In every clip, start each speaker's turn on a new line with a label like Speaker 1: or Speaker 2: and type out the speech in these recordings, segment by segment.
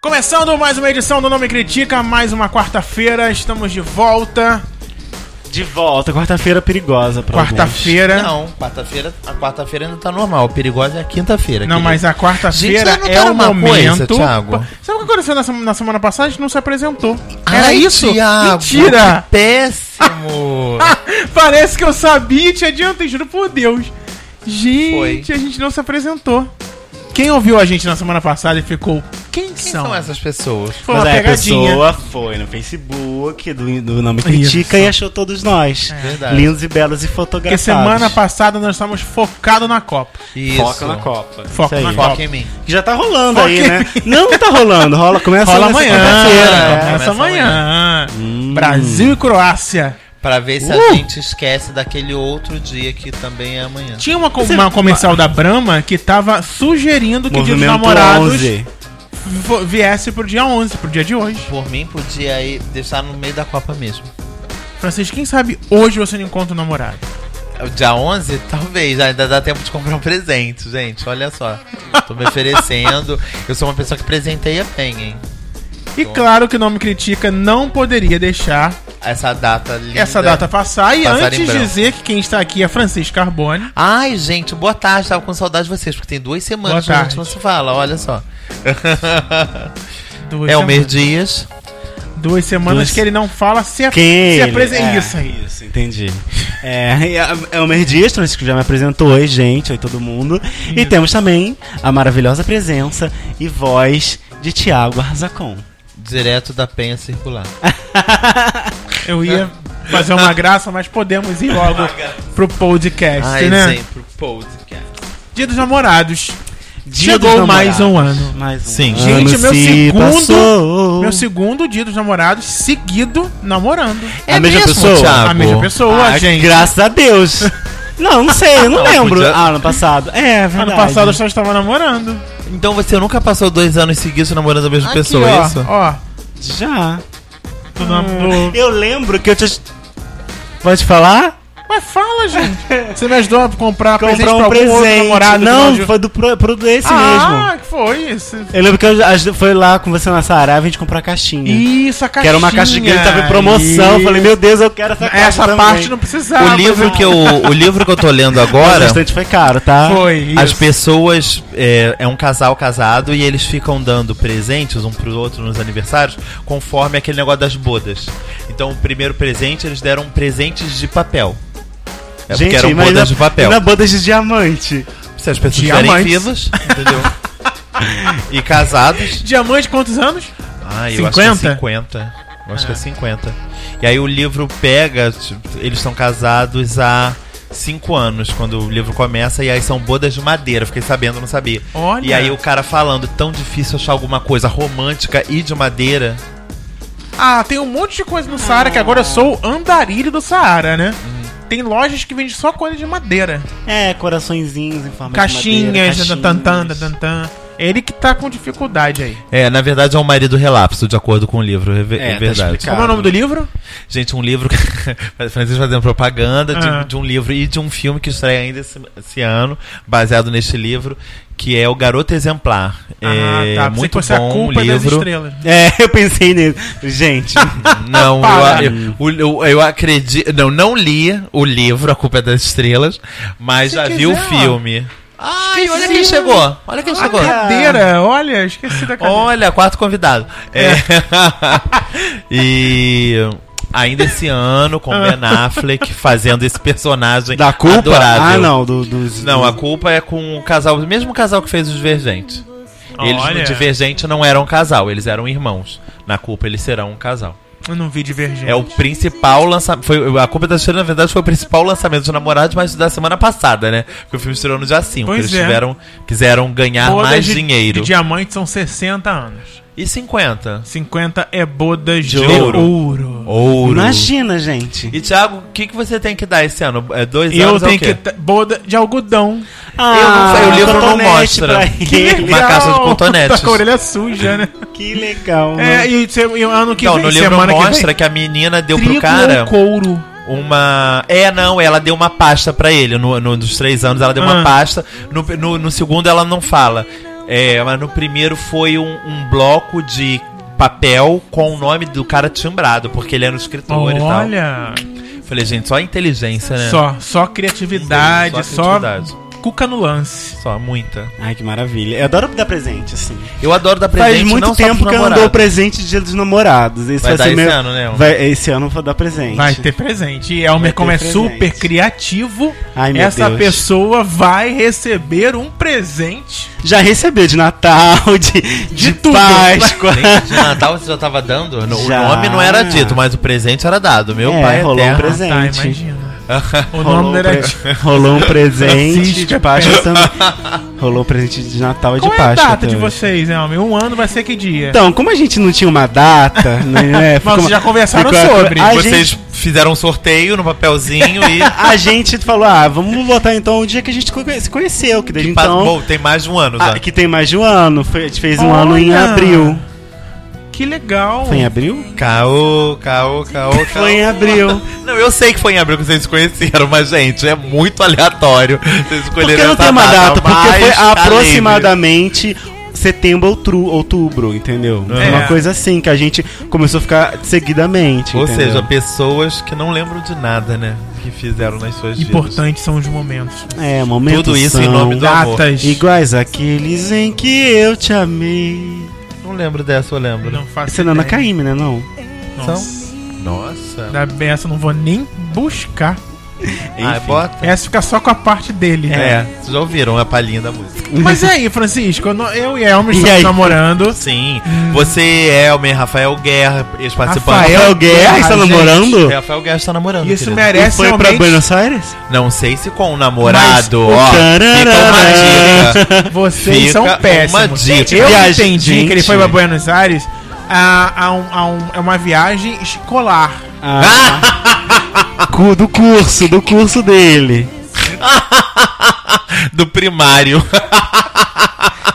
Speaker 1: Começando mais uma edição do Não Me Critica, mais uma quarta-feira, estamos de volta.
Speaker 2: De volta, quarta-feira perigosa pra
Speaker 1: Quarta-feira. Não,
Speaker 3: Não, quarta-feira, a quarta-feira ainda tá normal. Perigosa é a quinta-feira. querido.
Speaker 1: mas a quarta-feira
Speaker 3: Gente, vocês
Speaker 1: é
Speaker 3: notaram
Speaker 1: o
Speaker 3: uma coisa,
Speaker 1: momento.
Speaker 3: Thiago?
Speaker 1: Sabe o que aconteceu na, sem- na semana passada? A gente não se apresentou.
Speaker 3: Ai,
Speaker 1: Era isso?
Speaker 3: Thiago,
Speaker 1: Mentira!
Speaker 3: que péssimo.
Speaker 1: Ah, Parece que eu sabia e te adiantei, juro por Deus. Gente,
Speaker 3: Foi.
Speaker 1: a gente não se apresentou. Quem ouviu a gente na semana passada e ficou. Quem,
Speaker 3: Quem
Speaker 1: Ah, são?
Speaker 3: são é, essas pessoas?
Speaker 1: Foi
Speaker 2: Mas
Speaker 1: uma
Speaker 2: aí a
Speaker 1: pegadinha.
Speaker 2: pessoa foi no Facebook do, do Não Me
Speaker 1: Isso.
Speaker 2: Critica
Speaker 1: É.
Speaker 2: e achou todos nós.
Speaker 3: verdade.
Speaker 2: Lindos e belos e
Speaker 1: Porque
Speaker 2: fotografados.
Speaker 1: semana passada nós estamos focados na Copa.
Speaker 3: Isso.
Speaker 2: Foca na Copa.
Speaker 1: Foca
Speaker 2: Isso
Speaker 1: na
Speaker 2: aí.
Speaker 1: Copa.
Speaker 3: Foca em mim.
Speaker 2: Que já tá rolando
Speaker 1: Foca
Speaker 2: aí,
Speaker 1: em
Speaker 2: né? Não tá rolando, rola, começa
Speaker 1: Rola
Speaker 2: nessa
Speaker 1: amanhã.
Speaker 2: quinta-feira.
Speaker 3: é,
Speaker 1: Começa
Speaker 3: começa
Speaker 1: amanhã. Hum. Brasil e Croácia.
Speaker 3: Pra ver se
Speaker 1: Uh!
Speaker 3: a gente esquece daquele outro dia que também é amanhã.
Speaker 1: Tinha uma, co- uma comercial da Brahma que tava sugerindo que o Dia dos
Speaker 2: Movimento
Speaker 1: Namorados
Speaker 2: 11.
Speaker 1: vo- viesse pro dia 11, pro dia de hoje.
Speaker 3: Por mim, podia ir deixar no meio da Copa mesmo.
Speaker 1: Francisco, quem sabe hoje você não encontra um namorado?
Speaker 3: O Dia 11, talvez, ainda dá tempo de comprar um presente, gente. Olha só. Tô me oferecendo. Eu sou uma pessoa que presenteia bem, hein?
Speaker 1: E claro que o Nome Critica não poderia deixar
Speaker 3: Essa data linda.
Speaker 1: essa data passar. E
Speaker 3: Passar em
Speaker 1: antes
Speaker 3: branco.
Speaker 1: dizer que quem está aqui é Francisco Carbone.
Speaker 3: Ai, gente, boa tarde. Tava com saudade de vocês, porque tem duas semanas que
Speaker 1: Boa
Speaker 3: a gente não
Speaker 1: tarde.
Speaker 3: se fala, olha só.
Speaker 1: Duas
Speaker 3: é o Mer
Speaker 1: semanas-
Speaker 3: Dias.
Speaker 1: Duas semanas
Speaker 2: Duas-
Speaker 1: que ele não fala se é,
Speaker 2: Quem?
Speaker 1: se é
Speaker 2: ele?
Speaker 1: presen-
Speaker 2: É,
Speaker 1: Isso aí.
Speaker 2: Isso, entendi. É, e a- é o Merdias, Francisco já me apresentou, oi, gente, oi, todo mundo. E temos também a maravilhosa presença e voz de Tiago Arzacon.
Speaker 3: Direto da Penha Circular.
Speaker 1: Eu ia fazer uma graça, mas podemos ir logo pro podcast,
Speaker 3: Ai,
Speaker 1: né?
Speaker 3: gente, pro podcast.
Speaker 1: Dia dos Namorados.
Speaker 2: Dia
Speaker 1: Chegou
Speaker 2: dos
Speaker 1: mais um
Speaker 2: namorados.
Speaker 1: ano.
Speaker 2: Mais um
Speaker 3: Sim.
Speaker 2: ano
Speaker 1: Gente, meu
Speaker 2: se
Speaker 1: segundo-
Speaker 2: passou.
Speaker 1: Meu segundo dia dos namorados seguido namorando.
Speaker 2: É A mesma mesmo, pessoa?
Speaker 1: A mesma pessoa,
Speaker 2: Ah,
Speaker 1: gente.
Speaker 2: Graças a Deus. Não, não sei, eu não, lembro.
Speaker 3: podia-
Speaker 2: Ah, ano passado. É, verdade.
Speaker 1: Ano passado eu só estava namorando.
Speaker 3: Então você nunca passou dois anos seguidos namorando a mesma pessoa,
Speaker 1: ó,
Speaker 3: é isso?
Speaker 1: Ó,
Speaker 2: Já.
Speaker 1: do namoro.
Speaker 2: Eu lembro que eu te... Pode falar?
Speaker 1: Mas fala, gente. Você me ajudou a comprar,
Speaker 2: Comprar
Speaker 1: pra
Speaker 2: um
Speaker 1: algum outro
Speaker 2: presente.
Speaker 1: namorado no final
Speaker 2: não,
Speaker 1: de- um
Speaker 2: foi do pro, pro desse mesmo.
Speaker 1: ah, que foi isso.
Speaker 2: Eu lembro que eu, a gente foi lá com você na "Ah, Saraiva e a gente comprou a caixinha.
Speaker 1: Isso, a
Speaker 2: Hum. Que
Speaker 1: caixinha.
Speaker 2: era uma caixinha que ele tava em promoção. Eu Falei, meu Deus, eu quero essa caixa
Speaker 1: Essa
Speaker 2: também.
Speaker 1: parte não precisava.
Speaker 3: o, livro
Speaker 1: gente.
Speaker 3: que eu, o livro que eu tô lendo
Speaker 2: O
Speaker 3: agora.
Speaker 2: restante foi caro, tá?
Speaker 1: Foi, isso.
Speaker 3: As pessoas. É, é um casal casado e eles ficam dando presentes um pro outro nos aniversários, conforme aquele negócio das bodas. Então, o primeiro presente, eles deram presentes de papel. É porque eram
Speaker 2: mas
Speaker 3: bodas
Speaker 2: na-
Speaker 3: de papel.
Speaker 2: Na bodas de diamante.
Speaker 3: Se as pessoas
Speaker 1: Diamantes.
Speaker 3: estiverem vivas, entendeu? e casados.
Speaker 1: Diamante, quantos anos?
Speaker 3: Ah, eu acho que
Speaker 1: 50?
Speaker 3: é 50. Eu acho que é 50. E aí o livro pega, tipo, eles estão casados há 5 anos, quando o livro começa, e aí são bodas de madeira, fiquei sabendo, não sabia.
Speaker 1: Olha.
Speaker 3: E aí o cara falando, tão difícil achar alguma coisa romântica e de madeira.
Speaker 1: Ah, tem um monte de coisa no Saara que agora eu sou o andarilho do Saara, né?
Speaker 3: Uhum.
Speaker 1: Tem lojas que vendem só coisa de madeira.
Speaker 3: Ah,
Speaker 2: É, coraçõezinhos em forma de madeira,
Speaker 1: Caixinhas,
Speaker 2: caixinhas.
Speaker 1: tan, tan, tan, tan, tan. Ele que tá com dificuldade aí.
Speaker 3: É, na verdade é um marido relapso, de acordo com o livro, é, ve-
Speaker 2: É,
Speaker 3: é
Speaker 2: tá
Speaker 3: verdade.
Speaker 2: explicado.
Speaker 1: Como é o nome do livro?
Speaker 3: Gente, um livro. que- Francisco fazendo propaganda de,
Speaker 1: Ah.
Speaker 3: de um livro e de um filme que estreia ainda esse, esse ano, baseado neste livro, que é O Garoto Exemplar. é
Speaker 1: Ah, tá. pensei que
Speaker 3: muito
Speaker 1: fosse a
Speaker 3: bom o
Speaker 1: culpa das
Speaker 3: livro.
Speaker 1: estrelas.
Speaker 2: É, eu pensei nisso. Gente,
Speaker 3: Ah, Não,
Speaker 1: Ah, Para.
Speaker 3: eu, eu, eu, eu acredito. Não, não li o livro A Culpa é das Estrelas, mas
Speaker 1: Se
Speaker 3: já vi o
Speaker 1: quiser, ó.
Speaker 3: filme. Ai,
Speaker 1: Esqueci.
Speaker 3: olha quem chegou! Olha
Speaker 1: Ah,
Speaker 3: quem chegou!
Speaker 1: Cadeira, olha, esqueci da cadeira.
Speaker 3: Olha, quarto convidado. É. e ainda esse ano com Ben Affleck fazendo esse personagem
Speaker 2: da culpa?
Speaker 3: adorável.
Speaker 2: Ah, não, do- dos.
Speaker 3: Não, a
Speaker 2: dos-
Speaker 3: culpa é com o casal, o mesmo casal que fez o Divergente. Eles
Speaker 1: Olha.
Speaker 3: no Divergente não eram um casal, eles eram irmãos. Na culpa eles serão um casal.
Speaker 1: Eu não vi Divergente.
Speaker 3: É o principal lançamento. Foi, a culpa da história, na verdade, foi o principal lançamento de namorados, mas da semana passada, né? Porque o filme estreou no dia 5.
Speaker 1: Pois
Speaker 3: eles
Speaker 1: é.
Speaker 3: tiveram, quiseram ganhar
Speaker 1: Bodas
Speaker 3: É mais
Speaker 1: de-
Speaker 3: dinheiro.
Speaker 1: De diamante são 60 anos.
Speaker 3: E 50.
Speaker 1: 50 é bodas de,
Speaker 3: De ouro.
Speaker 1: ouro.
Speaker 3: Ouro.
Speaker 2: Imagina, gente.
Speaker 3: E Thiago, o que, que você tem que dar esse ano? É dois
Speaker 1: Eu
Speaker 3: anos é
Speaker 1: tenho
Speaker 3: o quê?
Speaker 1: que. t- Boda de algodão.
Speaker 3: não sei, o livro não
Speaker 2: cotonete
Speaker 3: mostra.
Speaker 2: Ah, pra ele.
Speaker 3: Uma caixa de
Speaker 1: Tá
Speaker 3: cotonetes.
Speaker 1: com a orelha suja, né?
Speaker 2: Que legal.
Speaker 1: É,
Speaker 2: né?
Speaker 1: e, se- e ano que
Speaker 3: Não,
Speaker 1: vem,
Speaker 3: Então, no livro
Speaker 1: semana que
Speaker 3: mostra
Speaker 1: vem.
Speaker 3: que, a menina deu
Speaker 1: trigo
Speaker 3: pro cara
Speaker 1: ou couro.
Speaker 3: uma. É, não, ela deu uma pasta pra ele. No, no- nos três anos ela deu uma
Speaker 1: Ah.
Speaker 3: pasta. No, no, no segundo ela não fala. É, mas no primeiro foi um, um bloco de papel com o nome do cara timbrado, porque ele era um escritor e tal.
Speaker 1: Olha,
Speaker 3: Falei, gente, só inteligência, né?
Speaker 1: só, só criatividade, só,
Speaker 3: criatividade.
Speaker 1: cuca no lance.
Speaker 3: Só muita.
Speaker 2: Ai, que maravilha. Eu adoro dar presente, assim.
Speaker 3: Eu adoro dar presente,
Speaker 2: Faz muito
Speaker 3: não
Speaker 2: tempo
Speaker 3: só
Speaker 2: que eu não dou presente de Dia dos Namorados. Esse
Speaker 3: Vai
Speaker 2: vai,
Speaker 1: assim,
Speaker 3: dar
Speaker 2: ser
Speaker 3: esse
Speaker 2: meu...
Speaker 3: ano, né?
Speaker 2: Vai- Esse ano eu vou dar presente.
Speaker 1: Vai ter presente. E Elmer,
Speaker 2: ter
Speaker 1: como é
Speaker 2: presente.
Speaker 1: super criativo,
Speaker 2: Ai, meu
Speaker 1: essa
Speaker 2: Deus.
Speaker 1: pessoa vai receber um presente.
Speaker 2: Já recebeu de Natal, de, de,
Speaker 1: tudo.
Speaker 2: Páscoa.
Speaker 3: Gente, de Natal você já tava dando? No-
Speaker 2: Já.
Speaker 3: O nome não era dito, mas o presente era dado. Meu
Speaker 2: É,
Speaker 3: pai
Speaker 2: rolou um
Speaker 3: eterno.
Speaker 2: presente.
Speaker 1: Ah, tá, imagina. O
Speaker 2: Rolou,
Speaker 1: nome
Speaker 2: um
Speaker 1: dele é era.
Speaker 2: pre- rolou um presente
Speaker 1: Francisco,
Speaker 2: de Páscoa também. Rolou um presente de Natal e de
Speaker 1: Qual é
Speaker 2: Páscoa.
Speaker 1: a data de
Speaker 2: também.
Speaker 1: vocês, Elmer? Um ano vai ser que dia?
Speaker 2: Então, como a gente não tinha uma data, né?
Speaker 1: Mas vocês já conversaram sobre.
Speaker 2: A
Speaker 3: Vocês
Speaker 2: gente,
Speaker 3: fizeram um sorteio no papelzinho e.
Speaker 2: a gente falou, ah, vamos botar então o dia que a gente conhe- se conheceu, que desde
Speaker 3: que pa-
Speaker 2: então...
Speaker 3: Bom, tem mais de um ano já.
Speaker 2: Ah, que tem mais de um ano, foi, a gente fez um ano em
Speaker 1: Olha!
Speaker 2: abril.
Speaker 1: Que legal.
Speaker 2: Foi em abril?
Speaker 3: Caô, caô, caô, caô.
Speaker 2: Foi em abril.
Speaker 3: Não, eu sei que foi em abril que vocês se conheceram, mas, gente, é muito aleatório. Vocês
Speaker 2: Porque
Speaker 3: escolheram
Speaker 2: não
Speaker 3: essa
Speaker 2: tem uma data, porque
Speaker 3: mas
Speaker 2: foi
Speaker 3: tá livre.
Speaker 2: aproximadamente setembro, outru, outubro, entendeu?
Speaker 3: É.
Speaker 2: Uma coisa assim, que a gente começou a ficar seguidamente,
Speaker 3: Ou
Speaker 2: entendeu?
Speaker 3: seja, pessoas que não lembram de nada, né? Que fizeram nas suas vidas.
Speaker 1: Importantes são os momentos.
Speaker 2: É, momento
Speaker 3: Tudo isso em
Speaker 2: são
Speaker 3: nome do amor.
Speaker 1: Datas.
Speaker 2: Iguais àqueles em que eu te amei.
Speaker 3: Não lembro dessa, eu lembro.
Speaker 1: Não faço
Speaker 2: Essa não é na
Speaker 1: ideia.
Speaker 2: Caymmi, né, não?
Speaker 1: Nossa.
Speaker 3: Nossa.
Speaker 1: Da beça, não vou nem buscar.
Speaker 3: Ah,
Speaker 2: Enfim.
Speaker 3: bota.
Speaker 1: Essa fica só com a parte dele, né?
Speaker 3: É, vocês já ouviram a palhinha da música.
Speaker 1: Mas e
Speaker 2: é
Speaker 1: aí, Francisco? Eu, não- eu e Elmer
Speaker 2: E
Speaker 1: estamos
Speaker 2: aí?
Speaker 1: namorando.
Speaker 3: Sim. Você, Elmer, Rafael Guerra, ex-participante.
Speaker 2: Rafael Guerra está
Speaker 3: Ah, gente,
Speaker 2: namorando?
Speaker 3: Rafael Guerra está namorando.
Speaker 1: Isso
Speaker 3: querida.
Speaker 2: E
Speaker 1: merece
Speaker 2: foi pra
Speaker 1: realmente-
Speaker 2: Buenos Aires?
Speaker 3: Não sei se com o namorado,
Speaker 2: Mas o
Speaker 3: ó.
Speaker 2: então tararara.
Speaker 3: Fica uma dica.
Speaker 1: Vocês
Speaker 3: Fica
Speaker 1: são
Speaker 3: uma
Speaker 1: péssimos.
Speaker 3: dica.
Speaker 1: Eu
Speaker 2: Viagem,
Speaker 1: entendi que ele
Speaker 2: gente.
Speaker 1: foi pra Buenos Aires a, a um- a um- é uma viagem escolar.
Speaker 2: Ah, cu- do curso, do curso dele.
Speaker 3: Do primário.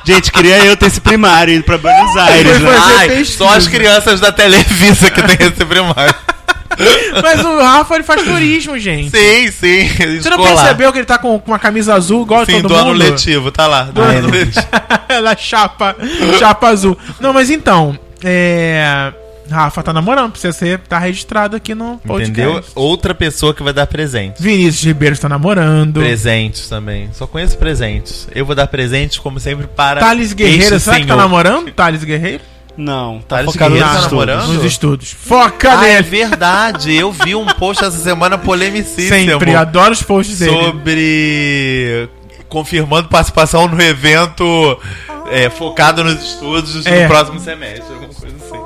Speaker 2: Gente, queria eu ter esse primário indo pra Buenos Aires.
Speaker 1: Foi,
Speaker 2: né?
Speaker 1: foi.
Speaker 3: Ai,
Speaker 1: tem
Speaker 3: só as
Speaker 1: estudo.
Speaker 3: crianças da Televisa que tem esse primário.
Speaker 1: Mas o Rafa ele faz turismo, gente.
Speaker 3: sim, sim.
Speaker 1: Você não
Speaker 3: escolar.
Speaker 1: percebeu que ele tá com, com uma camisa azul igual
Speaker 3: Sim,
Speaker 1: a todo
Speaker 3: do
Speaker 1: mundo?
Speaker 3: ano letivo, tá lá. Do
Speaker 2: Ah,
Speaker 3: ano
Speaker 2: é, né?
Speaker 3: letivo.
Speaker 1: Ela é chapa, chapa azul. Não, mas então, é. Rafa tá namorando, precisa ser. tá registrado aqui no podcast.
Speaker 3: Entendeu? Outra pessoa que vai dar presente.
Speaker 1: Vinícius Ribeiro está namorando.
Speaker 3: Presentes também. Só conheço presentes. Eu vou dar presentes, como sempre, para.
Speaker 1: Thales Guerreiro,
Speaker 3: este
Speaker 1: será que tá
Speaker 3: senhor.
Speaker 1: namorando? Thales Guerreiro?
Speaker 2: Não, tá
Speaker 3: Thales
Speaker 2: focado
Speaker 3: Guerreiro
Speaker 2: nos
Speaker 3: tá
Speaker 2: estudos.
Speaker 3: namorando?
Speaker 1: Nos estudos. Foca
Speaker 3: Ah, é
Speaker 1: nele!
Speaker 3: verdade. Eu vi um post essa semana
Speaker 2: é
Speaker 3: polemicíssimo.
Speaker 1: Sempre, adoro os posts dele.
Speaker 3: sobre confirmando participação no evento é, focado nos estudos
Speaker 1: É.
Speaker 3: no próximo semestre, alguma coisa assim.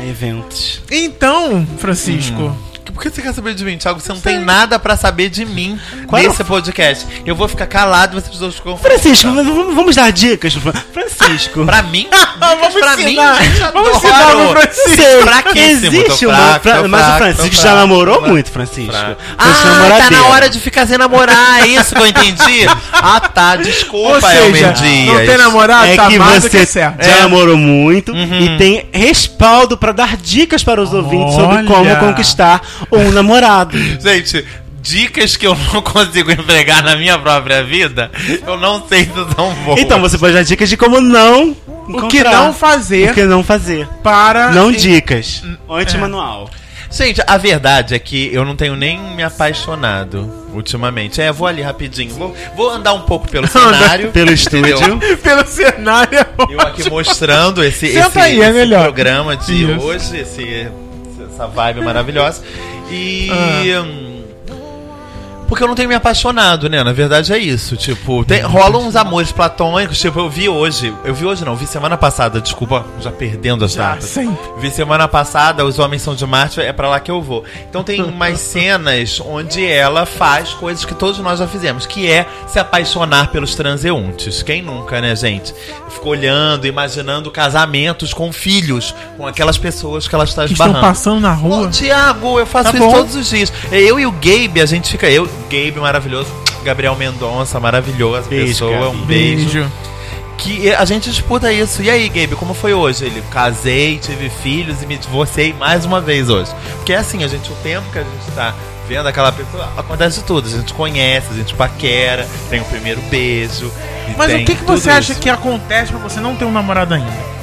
Speaker 2: Ah, eventos.
Speaker 1: Então, Francisco,
Speaker 2: Hum.
Speaker 3: Por que você quer saber de mim, Thiago? Você não tem nada pra saber de mim nesse podcast. Eu vou ficar calado e vocês dois ficam...
Speaker 2: Francisco, v- v- vamos dar dicas. pro Fran- Francisco.
Speaker 3: Pra mim?
Speaker 1: Vamos
Speaker 3: pra
Speaker 1: ensinar.
Speaker 3: mim? Gente,
Speaker 1: Vamos
Speaker 3: adoro.
Speaker 1: ensinar pro
Speaker 2: Não
Speaker 1: Francisco.
Speaker 2: sei,
Speaker 3: fraquíssimo, tô
Speaker 2: Existe uma.
Speaker 3: fraco,
Speaker 2: fra-
Speaker 3: tô
Speaker 2: mas
Speaker 3: fraco,
Speaker 2: o Francisco
Speaker 3: tô
Speaker 2: já
Speaker 3: fraco,
Speaker 2: namorou
Speaker 3: tô fraco.
Speaker 2: muito, Francisco.
Speaker 3: Pra-
Speaker 2: Francisco é um
Speaker 3: Ah, tá
Speaker 2: namoradeiro.
Speaker 3: na hora de ficar sem namorar, é isso que eu entendi? Ah, tá,
Speaker 1: Ou
Speaker 3: desculpa,
Speaker 1: seja,
Speaker 3: Elmer
Speaker 1: não tem
Speaker 3: Dias.
Speaker 1: namorado,
Speaker 2: É
Speaker 1: tá
Speaker 2: que
Speaker 1: mais do
Speaker 2: você
Speaker 1: que certo.
Speaker 2: já
Speaker 1: É.
Speaker 2: namorou muito
Speaker 3: Uhum.
Speaker 2: e tem respaldo pra dar dicas para os ouvintes sobre
Speaker 1: Olha.
Speaker 2: como conquistar um namorado.
Speaker 3: Gente, dicas que eu não consigo empregar na minha própria vida, eu não sei se são boas.
Speaker 2: Então você pode dar dicas de como não
Speaker 1: O que não fazer Ah,
Speaker 2: o que não fazer.
Speaker 1: para.
Speaker 2: Não dicas. Anti-manual.
Speaker 3: Gente, a verdade é que eu não tenho nem me apaixonado ultimamente. É, vou ali rapidinho, vou, vou andar um pouco pelo cenário.
Speaker 2: Pelo
Speaker 3: entendeu?
Speaker 2: estúdio.
Speaker 1: Pelo cenário. é
Speaker 3: Eu aqui mostrando esse,
Speaker 1: Senta
Speaker 3: esse,
Speaker 1: aí, é
Speaker 3: esse
Speaker 1: melhor.
Speaker 3: programa de
Speaker 1: Isso.
Speaker 3: hoje, esse, essa vibe maravilhosa. E.
Speaker 1: Ah.
Speaker 3: hum, Porque eu não tenho me apaixonado, né? Na verdade é isso. Tipo, tem,
Speaker 1: Uhum.
Speaker 3: rolam uns amores platônicos. Tipo, eu vi hoje. Eu vi hoje não, vi semana passada, desculpa, já perdendo as
Speaker 1: Já,
Speaker 3: datas.
Speaker 1: Ah, sempre.
Speaker 3: Vi semana passada, Os Homens São de Marte, é pra lá que eu vou. Então tem umas cenas onde ela faz coisas que todos nós já fizemos, que é se apaixonar pelos transeuntes. Quem nunca, né, gente? Ficou olhando, imaginando casamentos com filhos, com aquelas pessoas que ela está
Speaker 1: Que estão
Speaker 3: esbarrando.
Speaker 1: passando na
Speaker 3: Ô,
Speaker 1: rua.
Speaker 3: Tiago, eu faço
Speaker 1: Tá
Speaker 3: isso
Speaker 1: bom.
Speaker 3: todos os dias. Eu e o Gabe, a gente fica. Eu, Gabe maravilhoso. Gabriel Mendonça, maravilhosa
Speaker 2: Beijo,
Speaker 3: pessoa.
Speaker 2: Gabi.
Speaker 3: Um beijo. que a gente disputa isso. E aí, Gabe, como foi hoje? Ele, casei, tive filhos e me divorciei mais uma vez hoje. Porque assim, a gente, o tempo que a gente tá vendo aquela pessoa, acontece de tudo. A gente conhece, a gente paquera, tem o primeiro beijo. e
Speaker 1: Mas
Speaker 3: tem
Speaker 1: o que, que
Speaker 3: tudo
Speaker 1: você acha
Speaker 3: isso.
Speaker 1: que acontece pra você não ter um namorado ainda?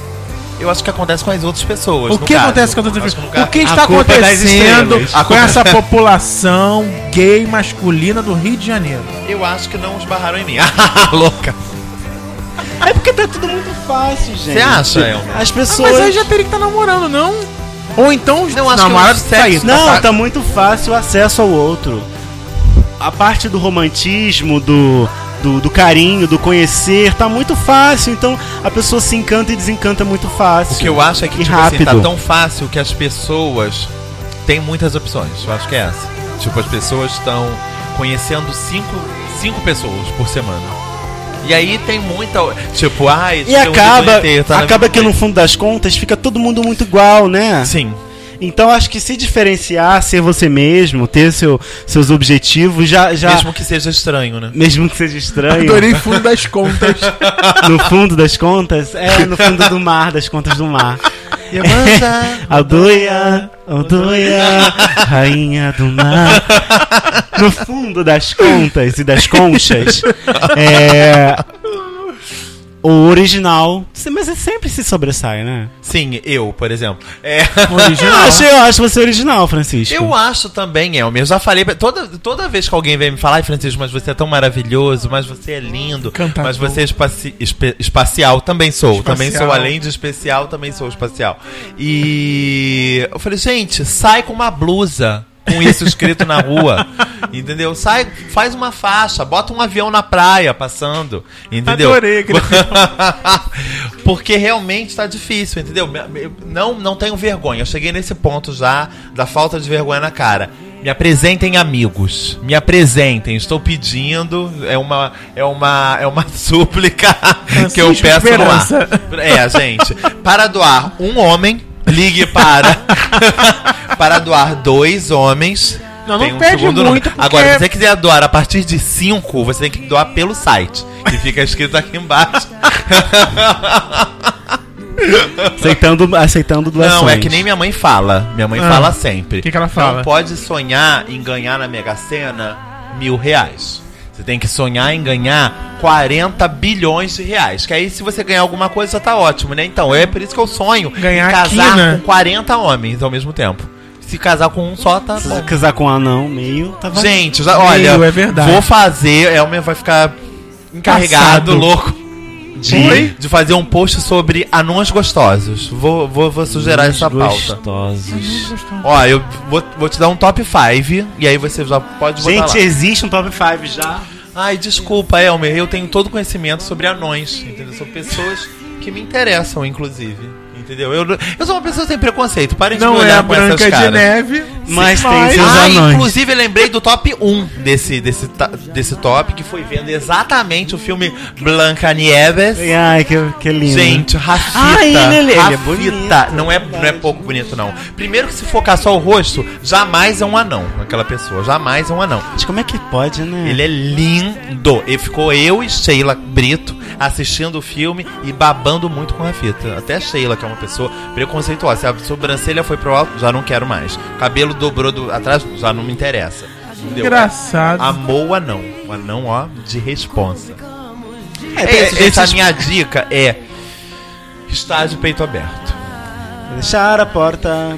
Speaker 3: Eu acho que acontece com as outras pessoas.
Speaker 1: O
Speaker 3: no
Speaker 1: que
Speaker 3: caso.
Speaker 1: acontece com as outras
Speaker 3: Acho que no
Speaker 1: pessoas? O que
Speaker 2: A
Speaker 1: está
Speaker 2: culpa é das
Speaker 1: acontecendo
Speaker 2: estrelas.
Speaker 1: com essa população gay masculina do Rio de Janeiro?
Speaker 3: Eu acho que não esbarraram em mim. Ah, louca.
Speaker 2: É porque tá tudo muito fácil, gente.
Speaker 3: Você acha, Elma?
Speaker 2: As
Speaker 1: Ah,
Speaker 2: pessoas.
Speaker 1: mas aí já teria que estar namorando, não? Ou então os
Speaker 3: Não, acho que
Speaker 1: namorados
Speaker 3: é um sexo.
Speaker 1: saíram.
Speaker 2: Não,
Speaker 3: Tá-
Speaker 2: tá muito fácil o acesso ao outro. A parte do romantismo, do, do, do carinho, do conhecer, tá muito fácil. Então a pessoa se encanta e desencanta muito fácil.
Speaker 3: O que eu acho é que,
Speaker 2: E
Speaker 3: tipo assim,
Speaker 2: rápido.
Speaker 3: tá tão fácil que as pessoas têm muitas opções. Eu acho que é essa. Tipo, as pessoas estão conhecendo cinco, cinco pessoas por semana. E aí tem muita. Tipo, ai,
Speaker 2: E acaba,
Speaker 3: tá
Speaker 2: acaba que no fundo das contas fica todo mundo muito igual, né?
Speaker 3: Sim.
Speaker 2: Então acho que se diferenciar, ser você mesmo, ter seu, seus objetivos, já. já mesmo...
Speaker 3: Mesmo que seja estranho, né?
Speaker 2: que seja estranho,
Speaker 1: fundo das contas.
Speaker 2: no fundo das contas, é no fundo do mar, das contas do mar. Aldoia, aldoia, rainha do mar. No fundo das contas e das conchas, é, o original. Mas é sempre se sobressai, né?
Speaker 3: Sim, eu, por exemplo. É.
Speaker 2: Eu acho, eu acho você original, Francisco.
Speaker 3: Eu acho também, Elmer. Eu já falei. pra- Toda, toda vez que alguém vem me falar, ai, Francisco, mas você é tão maravilhoso, mas você é lindo,
Speaker 1: Cantador.
Speaker 3: mas você é espaci- espe- espacial, também sou.
Speaker 1: Espacial.
Speaker 3: Também sou, além de especial, também sou espacial. E eu falei, gente, sai com uma blusa. Com isso escrito na rua, entendeu? Sai, faz uma faixa, bota um avião na praia passando, entendeu?
Speaker 1: Adorei, querido.
Speaker 3: Porque realmente tá difícil, entendeu? Eu Não, não tenho vergonha. Eu cheguei nesse ponto já da falta de vergonha na cara. Me apresentem amigos. Me apresentem. Estou pedindo. É uma, é uma, é uma súplica que eu
Speaker 1: Francisco
Speaker 3: peço
Speaker 1: Esperança.
Speaker 3: no ar. É, gente. Para doar um homem, ligue para. para doar dois homens. um
Speaker 1: Não, não pede muito,
Speaker 3: número.
Speaker 1: porque-
Speaker 3: Agora, se você quiser doar a partir de cinco, você tem que doar pelo site. Que fica escrito aqui embaixo.
Speaker 2: Aceitando, aceitando doações.
Speaker 3: Não, é que nem minha mãe fala. Minha mãe
Speaker 1: Ah.
Speaker 3: fala sempre.
Speaker 1: O que que ela fala?
Speaker 3: Não pode sonhar em ganhar na Mega Sena mil reais. Você tem que sonhar em ganhar 40 bilhões de reais. Que aí, se você ganhar alguma coisa, já tá ótimo, né? Então, é por isso que eu sonho
Speaker 1: Ganhar
Speaker 3: em casar
Speaker 1: aqui, né?
Speaker 3: com 40 homens ao mesmo tempo. Se casar com um só, tá
Speaker 2: Se
Speaker 3: bom.
Speaker 2: você casar com um anão, meio, tá valendo.
Speaker 3: Gente, já- olha,
Speaker 1: Meu, é verdade.
Speaker 3: vou fazer, Elmer vai ficar encarregado,
Speaker 1: Passado.
Speaker 3: louco,
Speaker 1: Oi?
Speaker 3: de, de fazer um post sobre anões gostosos. Vou, vou, vou sugerir essa pauta.
Speaker 2: Gostosos.
Speaker 3: Ó, eu vou, vou te dar um top 5 e aí você já pode botar
Speaker 2: Gente,
Speaker 3: lá.
Speaker 2: existe um top 5 já.
Speaker 3: Ai, desculpa, Elmer, eu tenho todo conhecimento sobre anões, entendeu? São pessoas que me interessam, inclusive, entendeu? Eu, eu sou uma pessoa sem preconceito, parem de
Speaker 1: Não
Speaker 3: me
Speaker 1: é
Speaker 3: olhar
Speaker 1: a
Speaker 3: com essas
Speaker 1: Branca de
Speaker 3: caras.
Speaker 1: Neve,
Speaker 2: Mas tem seus
Speaker 3: Ah,
Speaker 2: anões.
Speaker 3: inclusive eu lembrei do top 1 desse, desse, ta- desse top, que foi vendo exatamente o filme Blanca Nieves.
Speaker 2: Ai, que, que lindo.
Speaker 3: Gente, Rafita.
Speaker 2: Ah, né? ele- ele- ele é
Speaker 3: Rafita.
Speaker 2: bonito,
Speaker 3: não, é, não é pouco bonito, não. Primeiro que se focar só o rosto, jamais é um anão. Aquela pessoa, jamais é um anão.
Speaker 2: Gente, como é que pode, né?
Speaker 3: Ele é lindo. E ficou eu e Sheila Brito assistindo o filme e babando muito com a fita. Até a Sheila, que é uma pessoa preconceituosa. Se a sobrancelha foi pro alto, já não quero mais. O cabelo dobrou do, atrás, já não me interessa. Entendeu?
Speaker 1: engraçado.
Speaker 3: Amou o anão. O anão, ó, de responsa.
Speaker 2: é,
Speaker 3: É,
Speaker 2: tem-
Speaker 3: gente, a
Speaker 2: esses-
Speaker 3: minha dica é estar de peito aberto.
Speaker 2: Deixar a porta.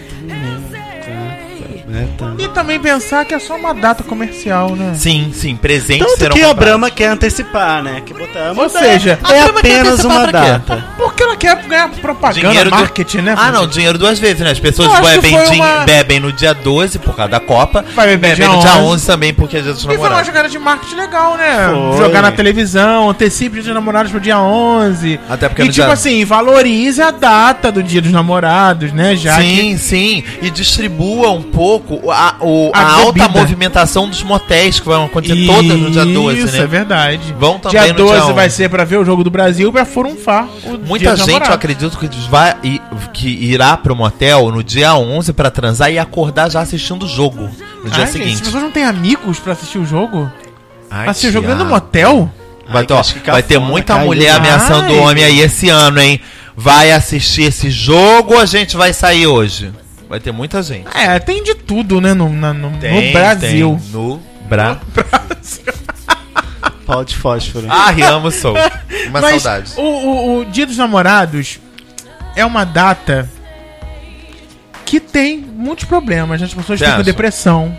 Speaker 2: É, tá.
Speaker 1: E também pensar que é só uma data comercial, né?
Speaker 3: Sim, sim, presente
Speaker 2: Tanto
Speaker 3: serão
Speaker 2: que a
Speaker 3: comprados.
Speaker 2: Brahma quer antecipar, né? Que botar,
Speaker 1: Ou seja,
Speaker 2: é
Speaker 3: a Brahma quer
Speaker 2: apenas
Speaker 3: antecipar
Speaker 2: uma
Speaker 3: pra quê?
Speaker 2: data.
Speaker 1: Porque ela quer ganhar propaganda,
Speaker 3: Dinheiro do-
Speaker 1: marketing, né?
Speaker 3: Ah, não, dinheiro duas vezes, né? As pessoas
Speaker 1: Eu acho que
Speaker 3: bebem,
Speaker 1: foi
Speaker 3: din-
Speaker 1: uma-
Speaker 3: bebem no dia 12 por causa da Copa.
Speaker 1: Vai beber
Speaker 3: bebem
Speaker 1: dia
Speaker 3: no dia
Speaker 1: 11.
Speaker 3: 11 também porque é dia dos
Speaker 1: E foi uma
Speaker 3: namorados.
Speaker 1: jogada de marketing legal, né?
Speaker 2: Foi.
Speaker 1: Jogar na televisão, antecipe dia dos namorados pro dia 11.
Speaker 3: Até porque
Speaker 1: E
Speaker 3: no
Speaker 1: tipo
Speaker 3: dia-
Speaker 1: assim, valorize a data do dia dos namorados, né? Já que
Speaker 3: Sim, sim. E distribua um pouco a, o-
Speaker 1: A
Speaker 3: a alta
Speaker 1: bebida.
Speaker 3: movimentação dos motéis que vão acontecer todas no dia 12,
Speaker 1: Isso,
Speaker 3: né?
Speaker 1: é verdade.
Speaker 3: Vão também
Speaker 1: dia
Speaker 3: no dia
Speaker 1: 12 vai
Speaker 3: 11.
Speaker 1: ser pra ver o jogo do Brasil e pra furunfar o dia
Speaker 3: Muita
Speaker 1: dos
Speaker 3: gente, eu
Speaker 1: namorados.
Speaker 3: acredito que vai i- que irá pro motel no dia 11 pra transar e acordar já assistindo o jogo no dia
Speaker 1: Ai, gente,
Speaker 3: seguinte.
Speaker 1: as pessoas não têm amigos pra assistir o jogo?
Speaker 3: Ai,
Speaker 1: Pra assistir o jogo dentro do
Speaker 3: Thiago.
Speaker 1: motel?
Speaker 3: Vai, ter, ó,
Speaker 2: acho que
Speaker 3: vai ter
Speaker 2: cafona,
Speaker 3: muita
Speaker 2: caiu.
Speaker 3: mulher ameaçando o
Speaker 1: Ai.
Speaker 3: homem aí esse ano, hein? Vai assistir esse jogo, a gente vai sair hoje. Vai ter muita gente.
Speaker 1: É, tem de tudo, né? No, na- no, no
Speaker 3: Tem,
Speaker 1: Brasil.
Speaker 3: tem. no Brasil.
Speaker 2: Pau de fósforo.
Speaker 3: Ah, amo sou. Uma
Speaker 1: Mas
Speaker 3: saudade.
Speaker 1: O, o, o Dia dos Namorados é uma data que tem muitos problemas. As pessoas
Speaker 3: Você
Speaker 1: ficam com
Speaker 3: acha?
Speaker 1: depressão.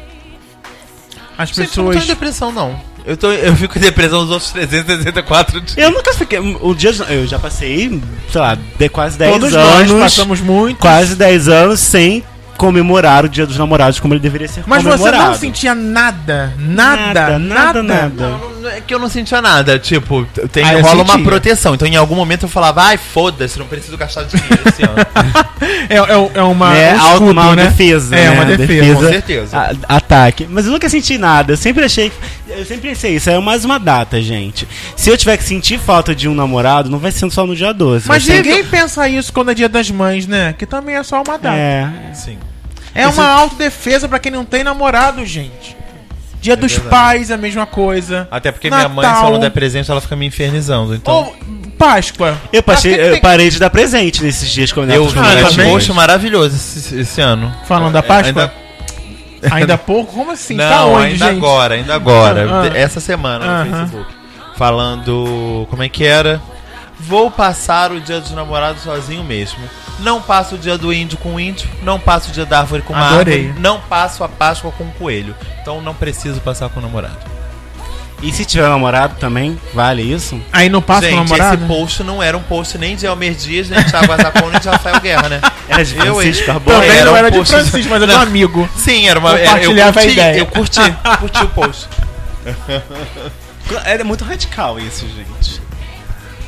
Speaker 1: As
Speaker 3: Gente, eu não
Speaker 1: pessoas.
Speaker 3: tô em depressão, não. Eu, tô, eu fico em depressão os outros 364 dias.
Speaker 2: Eu nunca fiquei. O dia. Eu já passei, sei lá, de quase 10
Speaker 1: Todos
Speaker 2: anos.
Speaker 1: nós passamos muito.
Speaker 2: Quase 10 anos sem comemorar o dia dos namorados como ele deveria ser
Speaker 1: Mas você
Speaker 2: comemorado.
Speaker 1: não sentia nada, nada, nada,
Speaker 2: nada, nada.
Speaker 3: Não, não- é que eu não sentia nada, tipo, tem,
Speaker 2: Ah, eu
Speaker 3: rola uma
Speaker 2: sentia.
Speaker 3: proteção. Então em algum momento eu falava, ai, foda-se, não preciso gastar dinheiro esse ano.
Speaker 1: É, é, é uma
Speaker 2: É,
Speaker 1: um
Speaker 2: auto-
Speaker 1: escudo,
Speaker 2: uma defesa,
Speaker 1: É,
Speaker 2: né?
Speaker 1: uma defesa.
Speaker 3: com certeza.
Speaker 2: A- ataque. Mas eu nunca senti nada. Eu sempre achei. Eu sempre pensei, isso é mais uma data, gente. Se eu tiver que sentir falta de um namorado, não vai ser só no dia 12.
Speaker 1: Mas
Speaker 2: vai ser-
Speaker 1: ninguém pensa isso quando é dia das mães, né? Que também é só uma data. É,
Speaker 2: É.
Speaker 3: Sim.
Speaker 1: uma autodefesa pra quem não tem namorado, gente. Dia dos
Speaker 3: verdade.
Speaker 1: pais, a mesma coisa.
Speaker 3: Até porque minha mãe,
Speaker 1: Natal.
Speaker 3: se ela não der presente, ela fica me infernizando. Então,
Speaker 1: Ou Páscoa.
Speaker 2: Eu, passei,
Speaker 1: Pra que que
Speaker 2: eu
Speaker 1: tem-
Speaker 2: parei de dar presente nesses dias quando
Speaker 3: eu vi
Speaker 2: fui
Speaker 3: um
Speaker 1: Ah,
Speaker 2: namorar
Speaker 1: também?
Speaker 3: post maravilhoso esse, esse ano.
Speaker 1: Falando da
Speaker 3: É,
Speaker 1: Páscoa?
Speaker 3: ainda-
Speaker 1: Ainda, pouco? Como assim?
Speaker 3: não,
Speaker 1: tá onde,
Speaker 3: ainda
Speaker 1: gente?
Speaker 3: agora, ainda agora.
Speaker 1: Ah, ah.
Speaker 3: Essa semana no
Speaker 1: Aham.
Speaker 3: Facebook. Falando. Como é que era? Vou passar o dia dos namorados sozinho mesmo. Não passo o dia do índio com o índio. Não passo o dia da árvore com uma
Speaker 1: Adorei.
Speaker 3: árvore. Não passo a Páscoa com o coelho. Então não preciso passar com o namorado.
Speaker 2: E se tiver namorado também, vale isso?
Speaker 1: Aí não passa o
Speaker 3: Gente,
Speaker 1: namorado?
Speaker 3: esse post não era um post nem de Almer Dias, nem de Thiago Azacone, nem de Rafael Guerra, né?
Speaker 2: Era de
Speaker 3: Eu,
Speaker 2: Francisco
Speaker 3: hein?
Speaker 2: Carbono.
Speaker 1: Também
Speaker 3: Era
Speaker 1: não
Speaker 3: um
Speaker 1: era de
Speaker 3: post-
Speaker 1: Francisco, mas é do
Speaker 3: Não.
Speaker 1: amigo.
Speaker 3: Sim, era uma. era- Eu,
Speaker 1: Compartilhava a
Speaker 3: curti,
Speaker 1: ideia.
Speaker 3: eu curti, curti o post.
Speaker 2: É muito radical isso, gente.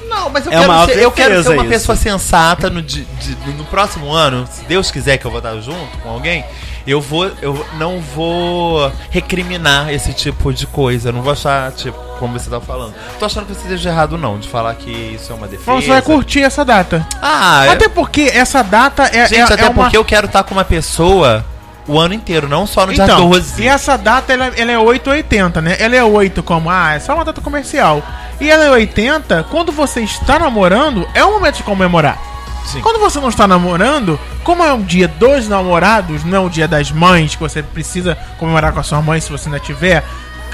Speaker 3: Não, mas eu,
Speaker 2: É uma
Speaker 3: quero, ser, eu quero ser
Speaker 2: autodefesa
Speaker 3: uma
Speaker 2: isso.
Speaker 3: pessoa sensata no, di- di- no próximo ano, se Deus quiser que eu vou estar junto com alguém, eu vou, eu não vou recriminar esse tipo de coisa, eu não vou achar, tipo, como você tá falando. Tô achando que você esteja errado não, de falar que isso é uma defesa.
Speaker 1: Então você vai curtir essa data.
Speaker 3: Ah, é-
Speaker 1: Até porque essa data é,
Speaker 3: gente,
Speaker 1: é,
Speaker 3: até
Speaker 1: é uma...
Speaker 3: porque eu quero estar com uma pessoa o ano inteiro, não só no dia
Speaker 1: Então,
Speaker 3: 12.
Speaker 1: e essa data ela, ela é 880, né? Ela é 8 como, ah, é só uma data comercial. E ela é 80, quando você está namorando, é o momento de comemorar.
Speaker 3: Sim.
Speaker 1: Quando você não está namorando, como é um dia dos namorados, não é o dia das mães, que você precisa comemorar com a sua mãe se você ainda tiver,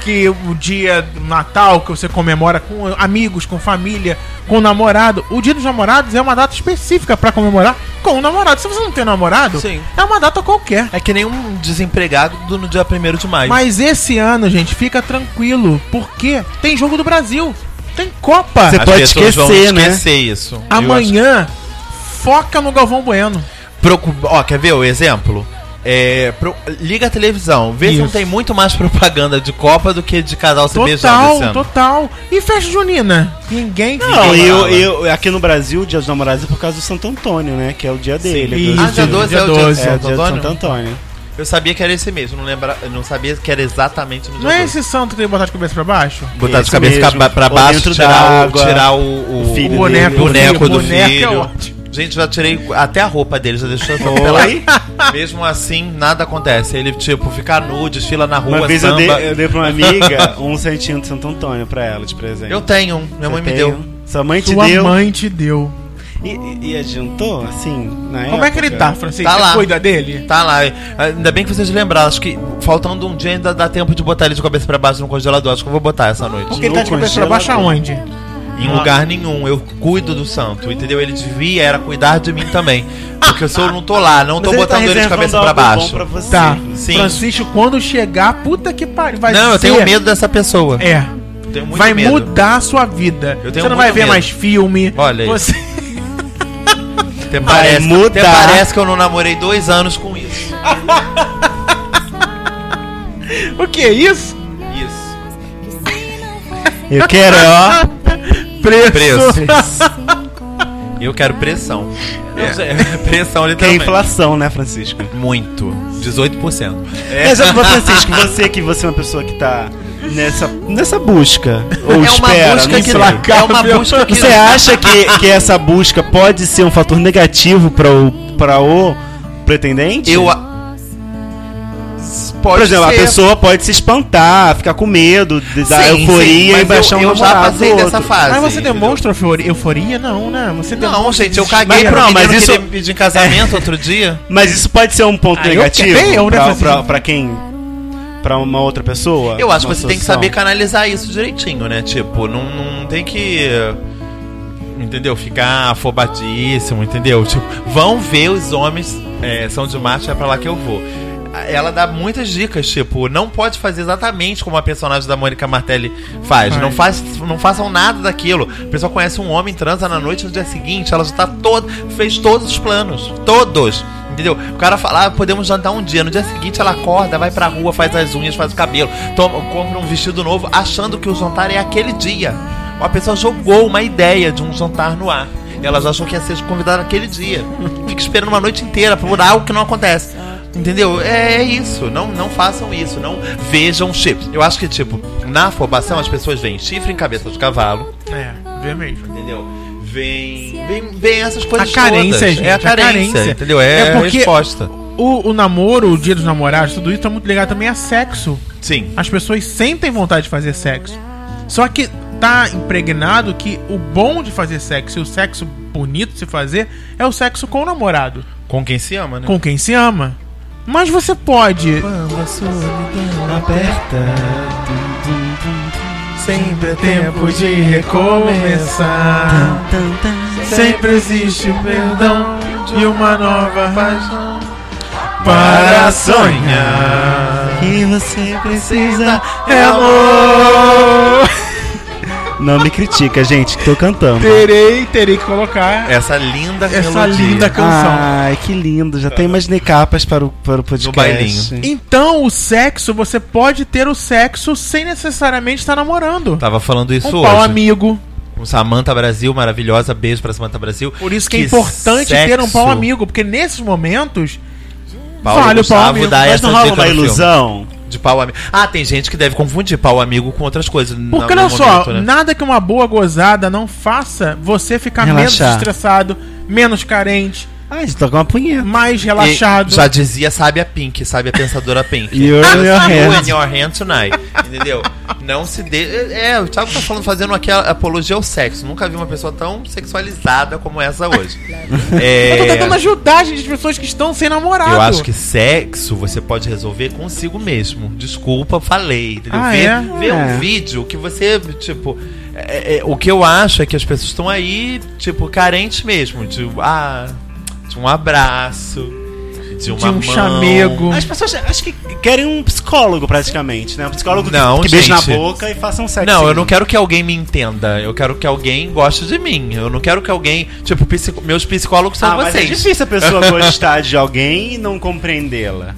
Speaker 1: que o dia do Natal que você comemora com amigos, com família, com namorado, o dia dos namorados é uma data específica para comemorar com o namorado. Se você não tem namorado,
Speaker 3: Sim.
Speaker 1: é uma data qualquer.
Speaker 3: É que nem um desempregado do- no dia 1 de maio.
Speaker 1: Mas esse ano, gente, fica tranquilo, porque tem jogo do Brasil, tem Copa.
Speaker 2: Você- pode esquecer, né?
Speaker 3: esquecer isso. Eu acho
Speaker 1: Amanhã, foca no Galvão Bueno.
Speaker 3: Procu- Ó, quer ver o exemplo? É, pro- Liga a televisão, vê se não
Speaker 1: Isso.
Speaker 3: tem muito mais propaganda de Copa do que de casal se beijando esse
Speaker 1: Total,
Speaker 3: é ano.
Speaker 1: total. E festa junina. Ninguém
Speaker 2: Não,
Speaker 1: fica-
Speaker 2: e eu,
Speaker 3: namorado.
Speaker 2: eu, aqui no Brasil, o dia dos namorados é por causa do Santo Antônio, né? Que é o dia dele.
Speaker 1: Isso,
Speaker 2: do-
Speaker 3: Ah, dia 12 é o dia do
Speaker 2: É, o
Speaker 3: Santo
Speaker 2: dia do Santo
Speaker 3: Antônio?
Speaker 2: Antônio.
Speaker 3: Eu sabia que era esse mesmo, não, lembra... eu não sabia que era exatamente no dia
Speaker 1: Não é
Speaker 3: 12.
Speaker 1: esse santo que tem que botar de cabeça pra baixo?
Speaker 3: Botar de
Speaker 2: Esse
Speaker 3: cabeça
Speaker 2: mesmo.
Speaker 3: pra- pra
Speaker 2: Ou
Speaker 3: baixo,
Speaker 2: dentro
Speaker 3: tirar, o,
Speaker 2: d'água.
Speaker 3: tirar o, o-
Speaker 2: O filho
Speaker 3: o
Speaker 2: dele.
Speaker 3: boneco,
Speaker 1: Boneco
Speaker 3: do
Speaker 1: é
Speaker 3: filho.
Speaker 1: ótimo.
Speaker 3: Gente, já tirei até a roupa dele, já deixou só
Speaker 2: Oi?
Speaker 3: pela... Mesmo assim, nada acontece. Ele, tipo, fica nu, desfila na rua,
Speaker 2: Uma vez eu
Speaker 3: samba.
Speaker 2: dei, eu dei pra uma amiga um santinho de Santo Antônio pra ela de presente.
Speaker 3: Eu tenho, um, minha
Speaker 2: Você
Speaker 3: mãe me
Speaker 2: tem
Speaker 3: deu.
Speaker 2: um? Sua mãe te
Speaker 1: Sua
Speaker 2: deu.
Speaker 1: mãe te deu.
Speaker 2: E, e- e adiantou, assim, na
Speaker 1: Como é que ele
Speaker 2: época?
Speaker 1: tá, Francisco?
Speaker 3: Tá
Speaker 1: Você
Speaker 3: lá.
Speaker 1: Cuida dele?
Speaker 3: Tá lá. Ainda bem que vocês lembraram. Acho que faltando um dia ainda dá tempo de botar ele de cabeça pra baixo no congelador. Acho que eu vou botar essa noite.
Speaker 1: Porque ele tá de
Speaker 2: No
Speaker 1: cabeça pra baixo
Speaker 2: congelador.
Speaker 1: aonde? Tá.
Speaker 3: Em lugar nenhum. Eu cuido do santo, entendeu? Ele devia era cuidar de mim também. Porque se eu não tô lá, não
Speaker 2: Mas
Speaker 3: tô
Speaker 2: ele tá
Speaker 3: botando ele de
Speaker 2: reservando
Speaker 3: cabeça pra
Speaker 2: algo bom
Speaker 3: baixo.
Speaker 2: pra você.
Speaker 1: Tá.
Speaker 3: Sim.
Speaker 1: Francisco, quando chegar, puta que pariu. vai
Speaker 3: Não, eu
Speaker 1: ser-
Speaker 3: tenho medo dessa pessoa.
Speaker 1: É.
Speaker 3: Tenho muito
Speaker 1: vai
Speaker 3: medo.
Speaker 1: mudar a sua vida.
Speaker 3: Eu tenho
Speaker 1: você não
Speaker 3: muito
Speaker 1: vai ver
Speaker 3: medo.
Speaker 1: mais filme.
Speaker 3: Olha aí.
Speaker 1: você...
Speaker 3: Até parece,
Speaker 2: mudar.
Speaker 3: até parece que eu não namorei dois anos com isso.
Speaker 1: O que é isso?
Speaker 3: Isso.
Speaker 2: Eu quero, ó. é
Speaker 1: Preço.
Speaker 3: Preço. Eu quero pressão.
Speaker 1: É.
Speaker 3: Eu sei, pressão
Speaker 2: Que é
Speaker 3: literalmente.
Speaker 2: inflação, né, Francisco?
Speaker 3: Muito. 18%. É.
Speaker 2: Mas, ô, Francisco, você que você é uma pessoa que tá nessa, nessa busca. Ou
Speaker 3: É uma
Speaker 2: espera,
Speaker 3: busca
Speaker 2: não
Speaker 3: que
Speaker 2: sei.
Speaker 3: não- é uma busca que
Speaker 2: Você acha que, que essa busca pode ser um fator negativo pra o, pra o pretendente?
Speaker 3: Eu. a- S- Pode
Speaker 2: Por exemplo,
Speaker 3: ser.
Speaker 2: a pessoa pode se espantar, ficar com medo de- da
Speaker 3: Sim, sim,
Speaker 2: euforia
Speaker 3: mas
Speaker 2: e baixar
Speaker 3: eu,
Speaker 2: um
Speaker 3: eu já
Speaker 2: namorado
Speaker 3: passei
Speaker 2: do
Speaker 3: dessa
Speaker 2: outro.
Speaker 3: fase.
Speaker 1: Mas você
Speaker 3: Ah,
Speaker 1: um
Speaker 3: entendeu?
Speaker 1: demonstra euforia? euforia? Não, né? Você
Speaker 3: Não,
Speaker 1: demonstra-
Speaker 3: gente, eu caguei pro
Speaker 2: não,
Speaker 3: menino
Speaker 2: mas
Speaker 3: que
Speaker 2: isso-
Speaker 3: de- me pediu em casamento outro dia.
Speaker 2: Mas isso pode ser um ponto
Speaker 1: Ah, eu
Speaker 2: negativo
Speaker 1: quero- eu, né,
Speaker 2: pra,
Speaker 1: assim-
Speaker 2: pra- pra quem? Pra uma outra pessoa?
Speaker 3: Eu acho que
Speaker 2: Uma
Speaker 3: você tem que
Speaker 2: solução?
Speaker 3: saber canalizar isso direitinho, né? Tipo, não, não tem que. Entendeu? Ficar afobadíssimo, entendeu? Tipo, vão ver os homens é, são de macho, é pra lá que eu vou. Ela dá muitas dicas, tipo, não pode fazer exatamente como a personagem da Mônica Martelli faz. Não, faz, não façam nada daquilo. A pessoa conhece um homem, transa na noite, no dia seguinte, ela já tá toda. fez todos os planos. Todos. Entendeu? O cara fala, ah, podemos jantar um dia. No dia seguinte ela acorda, vai pra rua, faz as unhas, faz o cabelo, toma, compra um vestido novo, achando que o jantar é aquele dia. Uma pessoa jogou uma ideia de um jantar no ar. E elas acham que ia ser convidada naquele dia. Fica esperando uma noite inteira pra mudar algo que não acontece. Entendeu? É isso. Não, não façam isso. Não vejam chifre. Eu acho que, tipo, na afobação as pessoas veem chifre em cabeça de cavalo.
Speaker 1: É, vê mesmo.
Speaker 3: Entendeu? Vem, vem, vem essas coisas
Speaker 1: A carência,
Speaker 3: todas.
Speaker 1: gente,
Speaker 3: É a
Speaker 1: a
Speaker 3: carência,
Speaker 1: carência.
Speaker 3: entendeu? É,
Speaker 1: É
Speaker 3: a
Speaker 1: porque-
Speaker 3: resposta.
Speaker 1: O, o namoro, o dia dos namorados, tudo isso tá muito ligado também a sexo.
Speaker 3: Sim.
Speaker 1: As pessoas sentem vontade de fazer sexo. Só que tá impregnado que o bom de fazer sexo e o sexo bonito de se fazer é o sexo com o namorado,
Speaker 3: Com quem se ama, né?
Speaker 1: com quem se ama. Mas você pode.
Speaker 3: Quando a solidão aperta,
Speaker 1: Sempre é tempo de recomeçar. Sempre existe o perdão de uma nova paixão para sonhar.
Speaker 2: Que você precisa
Speaker 1: É amor.
Speaker 2: Não me critica, gente, que tô cantando.
Speaker 1: Terei, terei que colocar
Speaker 3: Essa linda
Speaker 1: essa
Speaker 3: melodia.
Speaker 1: linda canção.
Speaker 2: Ah, Ai, que lindo. Já tem imaginei capas para o, para o podcast.
Speaker 3: No bailinho.
Speaker 1: Então, o sexo, você pode ter o sexo sem necessariamente estar namorando.
Speaker 3: Tava falando isso
Speaker 1: Um
Speaker 3: hoje.
Speaker 1: pau amigo.
Speaker 3: Com Samanta Brasil, maravilhosa. Beijo pra Samanta Brasil.
Speaker 1: Por isso que,
Speaker 3: Que
Speaker 1: é importante ter um pau
Speaker 3: sexo.
Speaker 1: amigo, porque nesses momentos.
Speaker 3: Paulo
Speaker 1: Vale o pau
Speaker 3: Gustavo
Speaker 1: amigo.
Speaker 3: dá
Speaker 2: Mas
Speaker 3: Ah, essa
Speaker 2: não rola
Speaker 3: dica
Speaker 2: uma
Speaker 3: no filme.
Speaker 2: ilusão?
Speaker 3: De pau amigo. Ah, tem gente que deve confundir pau amigo com outras coisas.
Speaker 1: Porque
Speaker 3: na-
Speaker 1: olha
Speaker 3: no
Speaker 1: só,
Speaker 3: momento, né?
Speaker 1: nada que uma boa gozada não faça você ficar menos
Speaker 2: Relaxar.
Speaker 1: estressado, menos carente,
Speaker 2: Ai, de tocar uma punheta.
Speaker 1: mais relaxado.
Speaker 3: E já dizia, sabe a Pink, sabe a pensadora Pink.
Speaker 2: You're in your
Speaker 3: You're
Speaker 2: hand.
Speaker 3: in your hand tonight. Entendeu? Não se dê. É, o Thiago tá falando, fazendo aquela apologia ao sexo. Nunca vi uma pessoa tão sexualizada como essa hoje.
Speaker 1: Eu tô tentando
Speaker 3: É.
Speaker 1: ajudar, gente, as pessoas que estão sem namorado.
Speaker 3: Eu acho que sexo você pode resolver consigo mesmo. Desculpa, falei. Entendeu?
Speaker 1: Ah,
Speaker 3: vê
Speaker 1: é?
Speaker 3: vê
Speaker 2: É.
Speaker 3: um vídeo que você, tipo. é- é- o que eu acho é que as pessoas estão aí, tipo, carentes mesmo. De, ah, de um abraço, de uma
Speaker 1: de um
Speaker 3: mão.
Speaker 1: chamego.
Speaker 2: As pessoas acho que querem um psicólogo praticamente, né? Um psicólogo que-
Speaker 3: Não,
Speaker 2: que, beije na
Speaker 3: gente.
Speaker 2: boca e faça um sexo.
Speaker 3: Não, eu não quero que alguém me entenda. Eu quero que alguém goste de mim. Eu não quero que alguém. Tipo, psico- meus psicólogos são
Speaker 2: Ah, mas é
Speaker 3: vocês.
Speaker 2: difícil a pessoa gostar de alguém e não compreendê-la.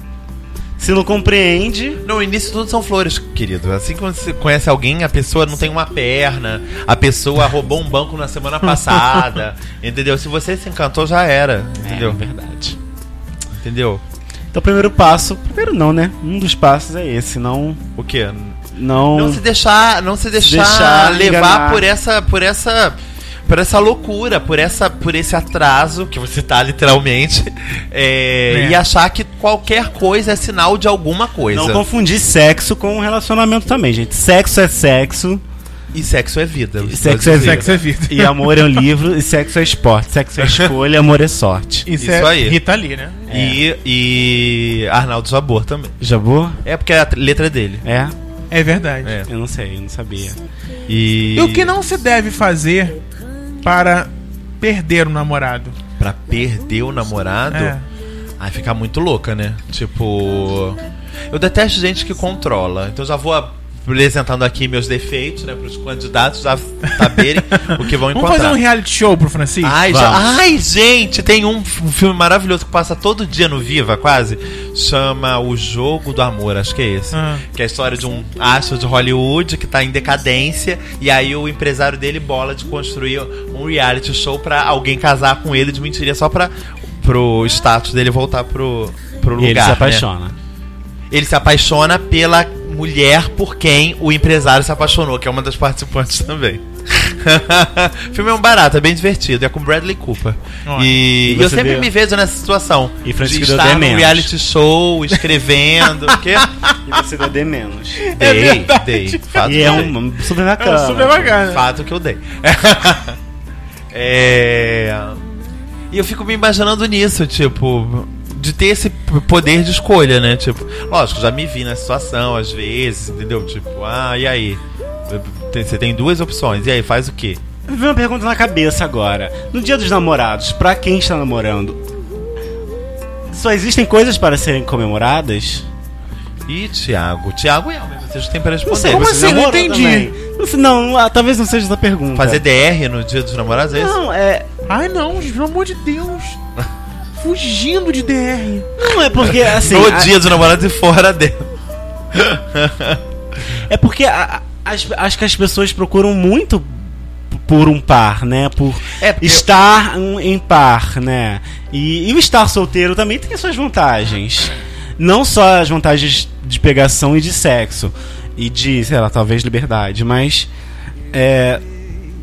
Speaker 2: Se não compreende,
Speaker 3: No início tudo são flores, querido. Assim que você conhece alguém, a pessoa não tem uma perna, a pessoa roubou um banco na semana passada, entendeu? Se você se encantou, já era, entendeu?
Speaker 2: É verdade.
Speaker 3: Entendeu?
Speaker 2: Então, o primeiro passo, primeiro não, né? Um dos passos é esse, não,
Speaker 3: O quê?
Speaker 2: não.
Speaker 3: Não se deixar, não se deixar,
Speaker 2: deixar
Speaker 3: levar
Speaker 2: enganar.
Speaker 3: por essa, por essa, por essa loucura, por essa, por esse atraso que você tá literalmente é,
Speaker 1: É.
Speaker 3: e achar que qualquer coisa é sinal de alguma coisa.
Speaker 2: não confundir sexo com relacionamento também, gente. Sexo é sexo
Speaker 3: E sexo é vida. os
Speaker 2: Sexo
Speaker 3: dois
Speaker 2: é
Speaker 3: dizem.
Speaker 1: Sexo é vida.
Speaker 2: e amor é um livro e sexo é esporte, sexo é escolha, amor é sorte.
Speaker 1: Isso,
Speaker 3: Isso
Speaker 1: é
Speaker 3: aí.
Speaker 1: Rita Lee, né?
Speaker 3: E, e Arnaldo Jabor também.
Speaker 2: Jabô?
Speaker 3: É porque a letra é dele.
Speaker 2: É?
Speaker 1: É verdade.
Speaker 3: É.
Speaker 2: Eu não sei, eu não sabia.
Speaker 3: E,
Speaker 1: E o que não se deve fazer para perder um namorado?
Speaker 3: Pra perder o namorado,
Speaker 1: É.
Speaker 3: aí fica muito louca, né? Tipo. Eu detesto gente que controla. Então já vou apresentando aqui meus defeitos, né? Pros candidatos já saberem o que vão
Speaker 1: Vamos
Speaker 3: encontrar.
Speaker 1: fazer um reality show pro Francisco?
Speaker 3: Ai,
Speaker 2: assim? Vamos.
Speaker 3: já- ai, gente, tem um, f- um filme maravilhoso que passa todo dia no Viva, quase. Chama O Jogo do Amor, acho que é esse.
Speaker 1: Ah.
Speaker 3: Que é a história de um astro de Hollywood que tá em decadência. E aí o empresário dele bola de construir um reality show pra alguém casar com ele de mentira só pra, pro status dele voltar pro, pro
Speaker 2: e
Speaker 3: lugar.
Speaker 2: ele se
Speaker 3: né?
Speaker 2: apaixona.
Speaker 3: Ele se apaixona pela mulher por quem o empresário se apaixonou, que é uma das participantes também. o filme é um barato, é bem divertido. É com Bradley Cooper.
Speaker 1: Olha.
Speaker 3: E,
Speaker 2: E
Speaker 3: e eu
Speaker 2: você
Speaker 3: sempre
Speaker 2: vê-
Speaker 3: me vejo nessa situação.
Speaker 2: E Francisco
Speaker 3: de
Speaker 2: deu
Speaker 3: estar
Speaker 2: D
Speaker 3: num
Speaker 2: menos.
Speaker 3: reality show, escrevendo, o quê? É
Speaker 2: E você deu D menos.
Speaker 3: Dei,
Speaker 1: verdade.
Speaker 3: dei. Fato
Speaker 2: E
Speaker 3: que
Speaker 2: é
Speaker 3: eu dei.
Speaker 2: um super
Speaker 1: É
Speaker 2: bacana.
Speaker 1: um super bacana.
Speaker 3: Fato que eu dei. É, E eu fico me imaginando nisso, tipo, de ter esse p- poder de escolha, né? Tipo, lógico, já me vi na situação às vezes, entendeu? Tipo, ah, e aí? Tem- Você tem duas opções, e aí faz o quê?
Speaker 2: Me veio uma pergunta na cabeça agora. No dia dos namorados, pra quem está namorando, só existem coisas para serem comemoradas?
Speaker 3: Ih, Thiago, Thiago é e Elmer, vocês têm pra responder.
Speaker 1: como
Speaker 2: você
Speaker 1: assim? Não
Speaker 2: namorou
Speaker 1: entendi.
Speaker 2: também? Não, sei- não, ah, talvez não seja essa pergunta.
Speaker 3: Fazer DR no dia dos namorados é isso?
Speaker 2: Não, é.
Speaker 1: Ai não, gente, pelo amor de Deus. Fugindo de DR.
Speaker 2: Não, é porque, assim.
Speaker 3: no
Speaker 2: a-
Speaker 3: dia dos namorados e fora dela.
Speaker 2: É porque a- a- as- acho que as pessoas procuram muito p- por um par, né? Por
Speaker 3: É, porque-
Speaker 2: estar um- em par, né? E, e o estar solteiro também tem as suas vantagens. Não só as vantagens de pegação e de sexo. E de, sei lá, talvez liberdade, mas. é,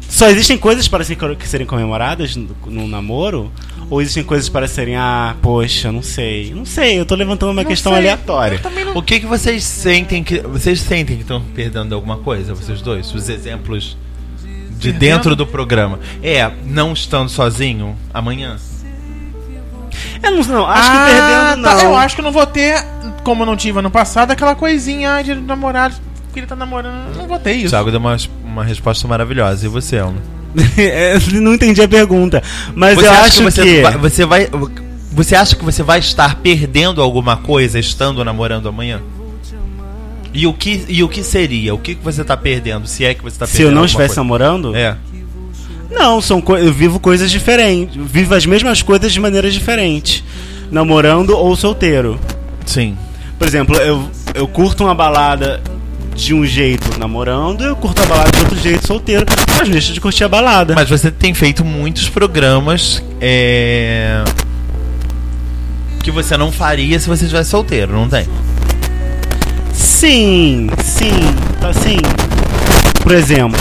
Speaker 2: só existem coisas para se- que serem comemoradas no, no namoro? Ou existem coisas para serem, ah, poxa, não sei. Não sei, eu tô levantando uma
Speaker 1: Não
Speaker 2: questão
Speaker 1: sei.
Speaker 2: aleatória.
Speaker 1: Eu também não
Speaker 3: O que, que vocês sentem que. Vocês sentem que estão perdendo alguma coisa, vocês dois? Os exemplos de
Speaker 1: Perdendo?
Speaker 3: dentro do programa. É, não estando sozinho amanhã.
Speaker 2: Eu não, não acho que perdendo
Speaker 1: tá.
Speaker 2: não.
Speaker 1: Eu acho que eu não vou ter, como eu não tive ano passado, aquela coisinha ai, de namorado que ele tá namorando. Não vou ter
Speaker 3: O
Speaker 1: isso.
Speaker 3: Thiago deu uma, uma resposta maravilhosa. E você, Elmo?
Speaker 2: É, não entendi a pergunta. Mas
Speaker 3: Você
Speaker 2: eu
Speaker 3: acha
Speaker 2: acho que.
Speaker 3: que você, vai, você vai. Você acha que você vai estar perdendo alguma coisa estando namorando amanhã? E o que, e o que seria? O que, que você tá perdendo? Se é que você tá perdendo.
Speaker 2: se eu não
Speaker 3: alguma
Speaker 2: estivesse
Speaker 3: coisa?
Speaker 2: namorando?
Speaker 3: É.
Speaker 2: Não, são co- eu vivo coisas diferentes. Eu Vivo as mesmas coisas de maneiras diferentes. Namorando ou solteiro.
Speaker 3: É, Sim.
Speaker 2: Por exemplo, eu, eu curto uma balada de um jeito namorando, eu curto a balada de outro jeito solteiro, mas não deixo de curtir a balada.
Speaker 3: Mas você tem feito muitos programas é, que você não faria se você estivesse solteiro, não tem?
Speaker 2: Sim, sim, tá sim. Por exemplo,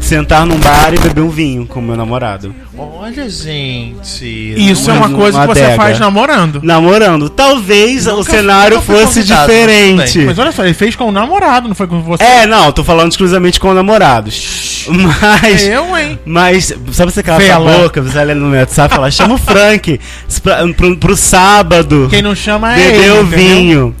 Speaker 2: sentar num bar e beber um vinho com meu namorado.
Speaker 3: Olha, gente.
Speaker 1: Isso é uma
Speaker 2: Numa
Speaker 1: coisa que você
Speaker 2: adega.
Speaker 1: faz namorando.
Speaker 2: namorando. Talvez o cenário
Speaker 3: nunca fui
Speaker 2: fosse
Speaker 3: convidado, né?
Speaker 2: diferente.
Speaker 1: Mas olha só, ele fez com o namorado, não foi com você.
Speaker 2: É, não, tô falando exclusivamente com namorados. Mas.
Speaker 3: É.
Speaker 1: É Eu, hein?
Speaker 2: Mas, sabe você calar sua
Speaker 1: Vela.
Speaker 2: boca, você olha no meu WhatsApp e fala, chama o Frank pra, pro, pro sábado
Speaker 1: Quem não chama é
Speaker 2: beber
Speaker 1: ele.
Speaker 2: o
Speaker 1: entendeu? tá
Speaker 2: vinho.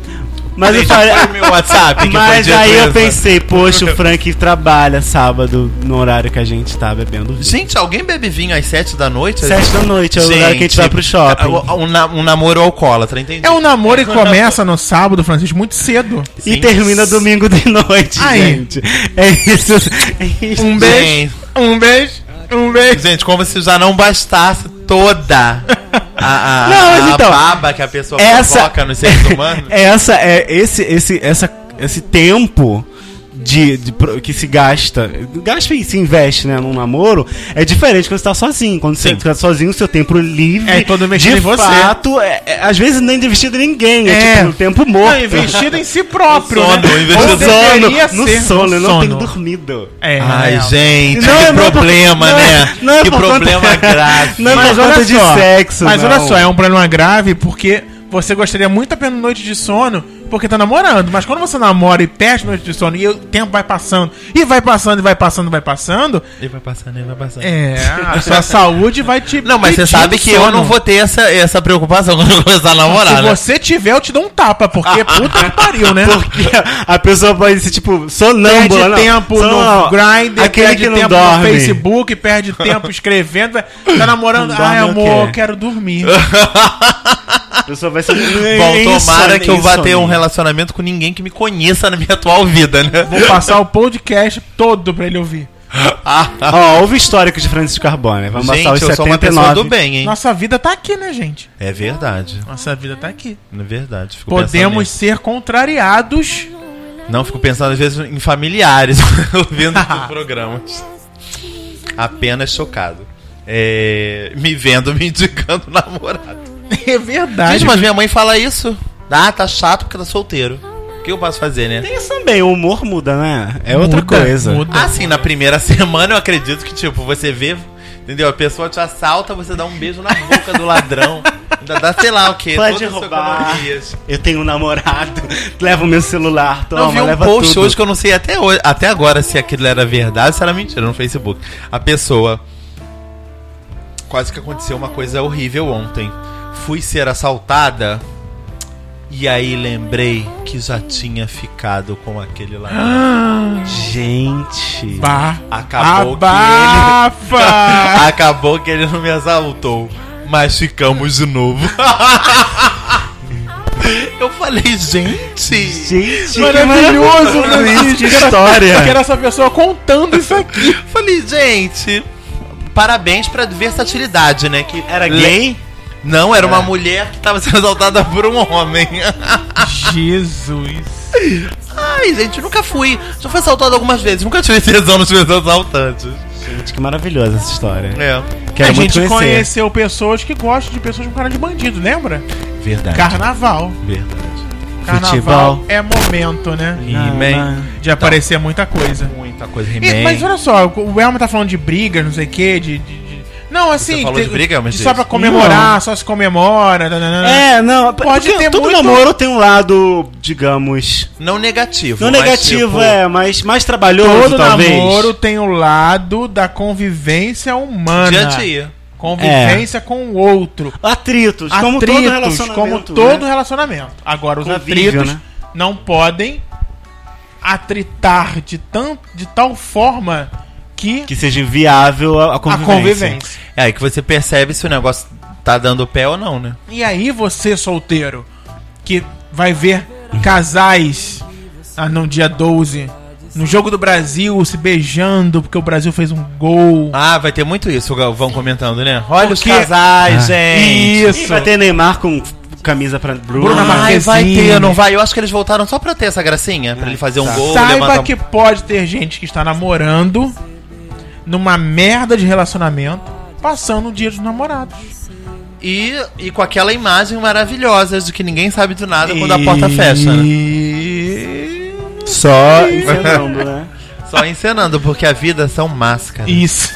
Speaker 2: Mas eu falei. "Ah,
Speaker 3: meu WhatsApp. que foi
Speaker 2: Mas
Speaker 3: dia
Speaker 2: aí eu
Speaker 3: coisa.
Speaker 2: pensei, poxa, o Frank trabalha sábado no horário que a gente tá bebendo vinho.
Speaker 3: Gente, alguém bebe vinho às sete da noite?
Speaker 2: Sete da noite é o horário que a gente vai pro shopping.
Speaker 1: ah,
Speaker 3: Um, um na- um namoro alcoólatra, entendi.
Speaker 1: É um namoro que começa no sábado, Francisco, muito cedo.
Speaker 2: E termina domingo de noite,
Speaker 1: Aí.
Speaker 2: gente. É isso. É isso.
Speaker 1: Um beijo. Um beijo. Um beijo.
Speaker 3: Gente, como se já não bastasse toda a, a,
Speaker 2: Não, mas
Speaker 3: a
Speaker 2: então,
Speaker 3: baba que a pessoa
Speaker 2: essa-
Speaker 3: provoca nos seres humanos.
Speaker 2: essa é esse esse essa esse tempo de, de pro- que se gasta, gasta e se investe, né, num namoro, é diferente quando você tá sozinho. Quando você
Speaker 3: Sim.
Speaker 2: tá sozinho, o seu tempo livre.
Speaker 1: É, todo
Speaker 2: de
Speaker 1: investido em você.
Speaker 2: fato, é- é- às vezes nem investido em ninguém, é,
Speaker 1: É.
Speaker 2: tipo no tempo morto.
Speaker 1: Não, investido em si próprio.
Speaker 3: No sono,
Speaker 1: né?
Speaker 3: investido
Speaker 1: Ou
Speaker 2: no
Speaker 1: deveria
Speaker 2: sono, no
Speaker 1: ser,
Speaker 2: sono, eu não tenho
Speaker 1: sono.
Speaker 2: dormido.
Speaker 1: É,
Speaker 3: Ai,
Speaker 1: é.
Speaker 3: gente,
Speaker 2: Não
Speaker 3: que
Speaker 2: é por-
Speaker 3: problema,
Speaker 2: não é-
Speaker 3: né?
Speaker 2: não é
Speaker 3: que
Speaker 2: por conta-
Speaker 3: problema grave.
Speaker 2: Não é
Speaker 1: Mas
Speaker 2: por
Speaker 1: olha
Speaker 2: conta de
Speaker 1: só,
Speaker 2: sexo,
Speaker 1: Mas
Speaker 2: não.
Speaker 1: olha só, é um problema grave porque você gostaria muito apenas noite de sono porque tá namorando. Mas quando você namora e perde noite de sono e o tempo vai passando, e vai passando, e vai passando, e vai passando,
Speaker 3: Ele vai passando, ele vai passando.
Speaker 1: é, a sua saúde vai te.
Speaker 3: Não, mas você
Speaker 1: pedindo
Speaker 3: sabe que eu
Speaker 1: sono.
Speaker 3: não vou ter essa, essa preocupação quando eu começar a namorar,
Speaker 1: Se
Speaker 3: né?
Speaker 1: você tiver, eu te dou um tapa, porque puta que pariu, né?
Speaker 2: Porque a pessoa pode ser, tipo, sonâmbula.
Speaker 1: Perde
Speaker 2: não.
Speaker 1: tempo no
Speaker 2: Sonâmbula.
Speaker 1: grind,
Speaker 2: aquele
Speaker 1: perde
Speaker 2: que não
Speaker 1: tempo no
Speaker 2: dorme.
Speaker 1: Facebook, perde tempo escrevendo. vai- Tá namorando.
Speaker 2: Não dorme
Speaker 1: Ai,
Speaker 2: é o
Speaker 1: amor,
Speaker 2: quê?
Speaker 1: eu quero dormir.
Speaker 2: A pessoa vai ser.
Speaker 3: Bom, tomara que eu vá ter um
Speaker 2: relacionamento.
Speaker 3: relacionamento com ninguém que me conheça na minha atual vida, né?
Speaker 1: Vou passar o podcast todo pra ele ouvir.
Speaker 2: Ó, houve histórico de Francisco Carbone. Vamos passar os
Speaker 3: Ah, Gente, eu sou uma pessoa
Speaker 2: 79.
Speaker 3: do bem, hein?
Speaker 1: Nossa vida tá aqui, né, gente?
Speaker 3: É verdade,
Speaker 1: Nossa vida tá aqui.
Speaker 3: é verdade. Fico pensando
Speaker 1: Podemos
Speaker 3: nisso.
Speaker 1: ser contrariados.
Speaker 3: Não, fico pensando às vezes em familiares ouvindo os programas. Apenas chocado. É, me vendo me indicando namorado.
Speaker 1: É verdade.
Speaker 3: Gente, mas minha mãe fala isso. Ah, tá chato porque tá solteiro. O que eu posso fazer, né?
Speaker 2: Tem isso também, o humor muda, né? É outra
Speaker 1: Muda,
Speaker 2: coisa.
Speaker 1: muda.
Speaker 3: Assim, na primeira semana eu acredito que, tipo, você vê, entendeu? A pessoa te assalta, você dá um beijo na boca do ladrão. Ainda dá, sei lá o quê.
Speaker 2: Pode
Speaker 3: todas as
Speaker 2: roubar.
Speaker 3: economias.
Speaker 2: Eu tenho um namorado, leva o meu celular, toma,
Speaker 3: Não, vi um
Speaker 2: leva
Speaker 3: post
Speaker 2: tudo.
Speaker 3: hoje que eu não sei até, hoje, até agora se aquilo era verdade ou se era mentira no Facebook. A pessoa. Quase que aconteceu uma coisa horrível ontem. Fui ser assaltada. E aí lembrei que já tinha ficado com aquele ladrão.
Speaker 2: Gente.
Speaker 1: Bah,
Speaker 3: Ah, Acabou que
Speaker 1: abafa!
Speaker 3: Acabou que ele não me assaltou, mas ficamos de novo. Eu falei, gente,
Speaker 2: Gente,
Speaker 1: Maravilhoso,
Speaker 2: maravilhoso que
Speaker 1: Francisco. Eu quero
Speaker 2: história.
Speaker 1: essa pessoa contando isso aqui.
Speaker 3: Eu falei, gente, parabéns pra versatilidade, né? Que
Speaker 2: Era
Speaker 3: le- É.
Speaker 2: gay?
Speaker 3: Não, era uma mulher que tava sendo assaltada por um homem.
Speaker 1: Jesus.
Speaker 3: Ai, gente, nunca fui. Já fui assaltado algumas vezes, nunca tive tesão nos meus assaltantes.
Speaker 2: Gente, que maravilhosa essa história.
Speaker 3: É,
Speaker 2: Quero
Speaker 1: a
Speaker 2: muito
Speaker 1: gente
Speaker 2: conhecer.
Speaker 1: conheceu pessoas que gostam de pessoas com cara de bandido, lembra?
Speaker 2: É.
Speaker 3: verdade.
Speaker 1: Carnaval.
Speaker 3: Verdade.
Speaker 1: Carnaval é momento, né?
Speaker 2: Não,
Speaker 3: He-Man.
Speaker 2: não.
Speaker 1: De aparecer muita coisa.
Speaker 3: Muita coisa,
Speaker 1: E-
Speaker 3: He-Man.
Speaker 1: mas olha só, o Elmo tá falando de briga, não sei o quê, de. de- de- Não, assim.
Speaker 3: Você falou de briga, mas
Speaker 1: Só pra comemorar, só se comemora. tá, nananana.
Speaker 2: É, não,
Speaker 1: Pode
Speaker 2: porque
Speaker 1: ter
Speaker 2: todo
Speaker 1: muito-
Speaker 2: namoro tem um lado, digamos,
Speaker 3: Não negativo.
Speaker 2: não
Speaker 3: mas,
Speaker 2: negativo,
Speaker 3: tipo,
Speaker 2: é, mas mais trabalhoso
Speaker 1: Todo
Speaker 2: talvez.
Speaker 1: namoro tem o lado da convivência humana.
Speaker 3: Dia a dia. É.
Speaker 1: Convivência com o outro.
Speaker 2: Atritos, como todo
Speaker 1: atritos,
Speaker 2: relacionamento.
Speaker 1: como
Speaker 2: né?
Speaker 1: todo relacionamento. Agora, os
Speaker 2: Convívio,
Speaker 1: atritos
Speaker 2: né?
Speaker 1: não podem atritar de, tan, de tal forma que,
Speaker 2: que seja inviável a, a
Speaker 1: a
Speaker 2: convivência.
Speaker 1: convivência.
Speaker 3: É aí que você percebe se o negócio tá dando pé ou não, né?
Speaker 1: E aí, você solteiro, que vai ver casais ah, no dia 12, no Jogo do Brasil, se beijando porque o Brasil fez um gol.
Speaker 3: Ah, vai ter muito isso, o Galvão comentando, né? Olha os
Speaker 1: Porque-
Speaker 3: casais,
Speaker 2: Ah.
Speaker 3: gente.
Speaker 2: Ih, vai ter Neymar com camisa pra Bruna.
Speaker 1: Bruna
Speaker 2: Ai,
Speaker 3: Ai, vai
Speaker 1: Marquezine. Tá.
Speaker 3: ter, não vai? Eu acho que eles voltaram só pra ter essa gracinha, pra ele fazer um gol,
Speaker 1: Saiba
Speaker 3: levantar...
Speaker 1: que pode ter gente que está namorando numa merda de relacionamento, passando o dia dos namorados.
Speaker 3: E, e com aquela imagem maravilhosa de que ninguém sabe do nada É quando a porta fecha, né?
Speaker 1: E...
Speaker 2: Só encenando, né?
Speaker 3: Só encenando, porque a vida são máscaras.
Speaker 1: Isso.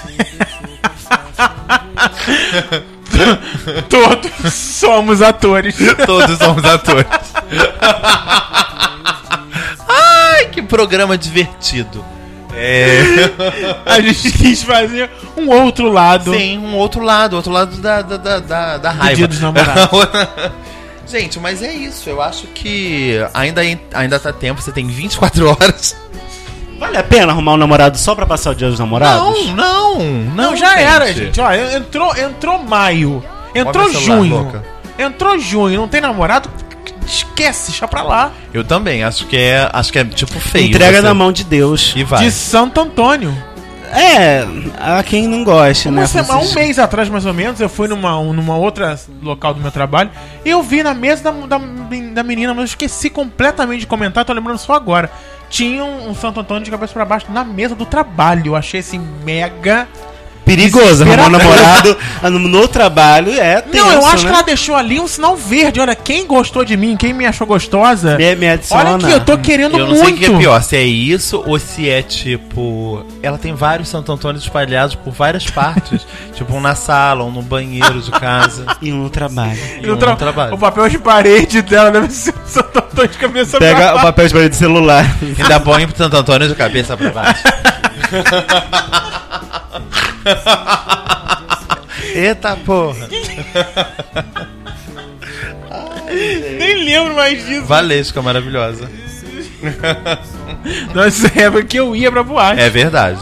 Speaker 1: Todos somos atores.
Speaker 3: Todos somos atores. Ai, que programa divertido.
Speaker 1: É. A gente quis fazer um outro lado.
Speaker 3: Tem um outro lado, outro lado da, da, da, da, da raiva.
Speaker 1: Dia dos Namorados.
Speaker 3: Gente, mas é isso. Eu acho que ainda, ainda tá tempo, você tem 24 horas.
Speaker 2: Vale a pena arrumar um namorado só pra passar o dia dos namorados?
Speaker 3: Não, não, não.
Speaker 1: Não, já era, gente. Ó, entrou, entrou maio. Entrou
Speaker 3: meu celular,
Speaker 1: junho.
Speaker 3: louca.
Speaker 1: Entrou junho, não tem namorado? Esquece, deixa pra lá.
Speaker 3: Eu também, acho que é. Acho que é tipo feio.
Speaker 2: Entrega
Speaker 3: você-
Speaker 2: na mão de Deus.
Speaker 3: E vai.
Speaker 1: De Santo Antônio.
Speaker 2: É, a quem não gosta,
Speaker 1: Uma
Speaker 2: né?
Speaker 1: semana, um
Speaker 2: Francisco?
Speaker 1: mês atrás, mais ou menos, eu fui numa, um- numa outra local do meu trabalho e eu vi na mesa da, da, da menina, mas eu esqueci completamente de comentar, tô lembrando só agora. Tinha um, um Santo Antônio de cabeça pra baixo na mesa do trabalho. Eu achei assim mega.
Speaker 2: Perigoso, arrumar um
Speaker 1: Desesperado.
Speaker 2: namorado ah, no, no trabalho é tenso,
Speaker 1: Não, eu acho
Speaker 2: né?
Speaker 1: que ela deixou ali um sinal verde. Olha, quem gostou de mim, quem me achou gostosa.
Speaker 2: Me, me adiciona.
Speaker 1: Olha aqui, eu tô querendo
Speaker 3: Eu não
Speaker 1: muito.
Speaker 3: sei o que é pior, se é isso ou se é tipo. Ela tem vários Santo Antônio espalhados por várias partes. tipo, um na sala, um no banheiro de casa.
Speaker 2: E um no trabalho.
Speaker 3: e
Speaker 1: E o
Speaker 3: um
Speaker 1: tra-
Speaker 3: no trabalho.
Speaker 1: O papel de parede dela deve ser um Santo Antônio de cabeça
Speaker 2: Pega
Speaker 1: pra
Speaker 2: o
Speaker 1: baixo.
Speaker 2: papel de parede de celular.
Speaker 3: Ainda põe pro Santo Antônio de cabeça pra baixo. Eita porra!
Speaker 1: Nem lembro mais disso.
Speaker 3: Valesca maravilhosa.
Speaker 1: Nós época que eu ia pra boate.
Speaker 3: É verdade.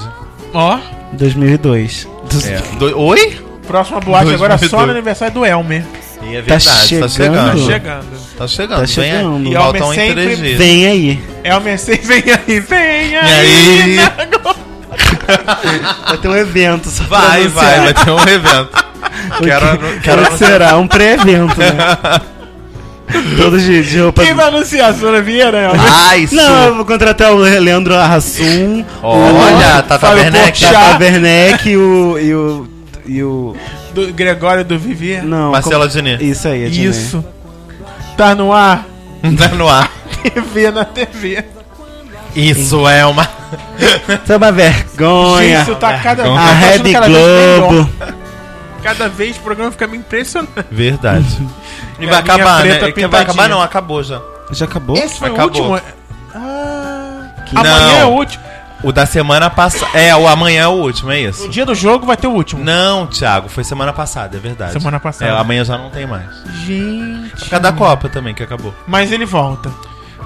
Speaker 1: Ó.
Speaker 2: 2002. Dos-
Speaker 3: É. Do- Oi?
Speaker 1: Próxima boate agora só
Speaker 3: 2002.
Speaker 1: no aniversário do Elmer.
Speaker 3: E é verdade,
Speaker 2: Tá
Speaker 3: tá chegando. Tá
Speaker 2: chegando.
Speaker 3: chegando.
Speaker 1: Chegando.
Speaker 3: Tá chegando.
Speaker 2: Tá chegando.
Speaker 3: Vem,
Speaker 1: E
Speaker 3: aí.
Speaker 1: a
Speaker 3: Faltam
Speaker 1: Almer
Speaker 3: em
Speaker 1: sempre
Speaker 3: três dias.
Speaker 2: Vem aí.
Speaker 1: Elmer, sem vem aí, vem aí.
Speaker 3: aí?
Speaker 1: Nago.
Speaker 2: Vai ter um evento. Só pra
Speaker 3: Vai, vai,
Speaker 2: anunciar.
Speaker 3: vai ter um evento.
Speaker 2: O
Speaker 3: Quero
Speaker 2: que-
Speaker 3: anu- quero
Speaker 2: Quero que será um pré-evento, né? Todos de, de roupa.
Speaker 1: Quem vai anunciar a Sônia Vieira, Elmer?
Speaker 3: Ai, isso.
Speaker 2: Não, eu vou contratar o Leandro Arrassum.
Speaker 3: Olha, Tata
Speaker 1: Fábio
Speaker 3: Werneck.
Speaker 1: Porchat.
Speaker 2: Tata Werneck e o. E o. E o.
Speaker 3: Ah.
Speaker 1: Do Gregório do Vivier.
Speaker 2: Não.
Speaker 3: Marcela Diniz.
Speaker 2: Isso aí, Adnet.
Speaker 1: Isso. Tá no ar.
Speaker 3: Tá no ar.
Speaker 1: que vê na TV.
Speaker 3: Isso é uma.
Speaker 2: Isso é uma vergonha.
Speaker 1: Isso tá cada, eu tô
Speaker 2: A
Speaker 1: achando
Speaker 2: Rede
Speaker 1: cada vez é melhor.
Speaker 2: Globo.
Speaker 1: Cada vez o programa fica me impressionando.
Speaker 3: Verdade. E
Speaker 1: Galinha
Speaker 3: vai acabar,
Speaker 1: preta
Speaker 3: né? É que Vai
Speaker 1: pintadinha.
Speaker 3: acabar não, acabou já.
Speaker 2: Já acabou?
Speaker 1: Esse foi
Speaker 3: Acabou.
Speaker 1: o último. Ah,
Speaker 3: Que-
Speaker 1: amanhã é o
Speaker 3: Não.
Speaker 1: último.
Speaker 3: O da semana passada. É, o amanhã é o último, é
Speaker 1: No
Speaker 3: isso.
Speaker 1: dia do jogo vai ter o último.
Speaker 3: Não, Thiago, foi semana passada, é verdade.
Speaker 1: Semana passada.
Speaker 3: É, amanhã já não tem mais.
Speaker 1: Gente.
Speaker 3: Por causa da Copa também, que acabou.
Speaker 1: Mas ele volta.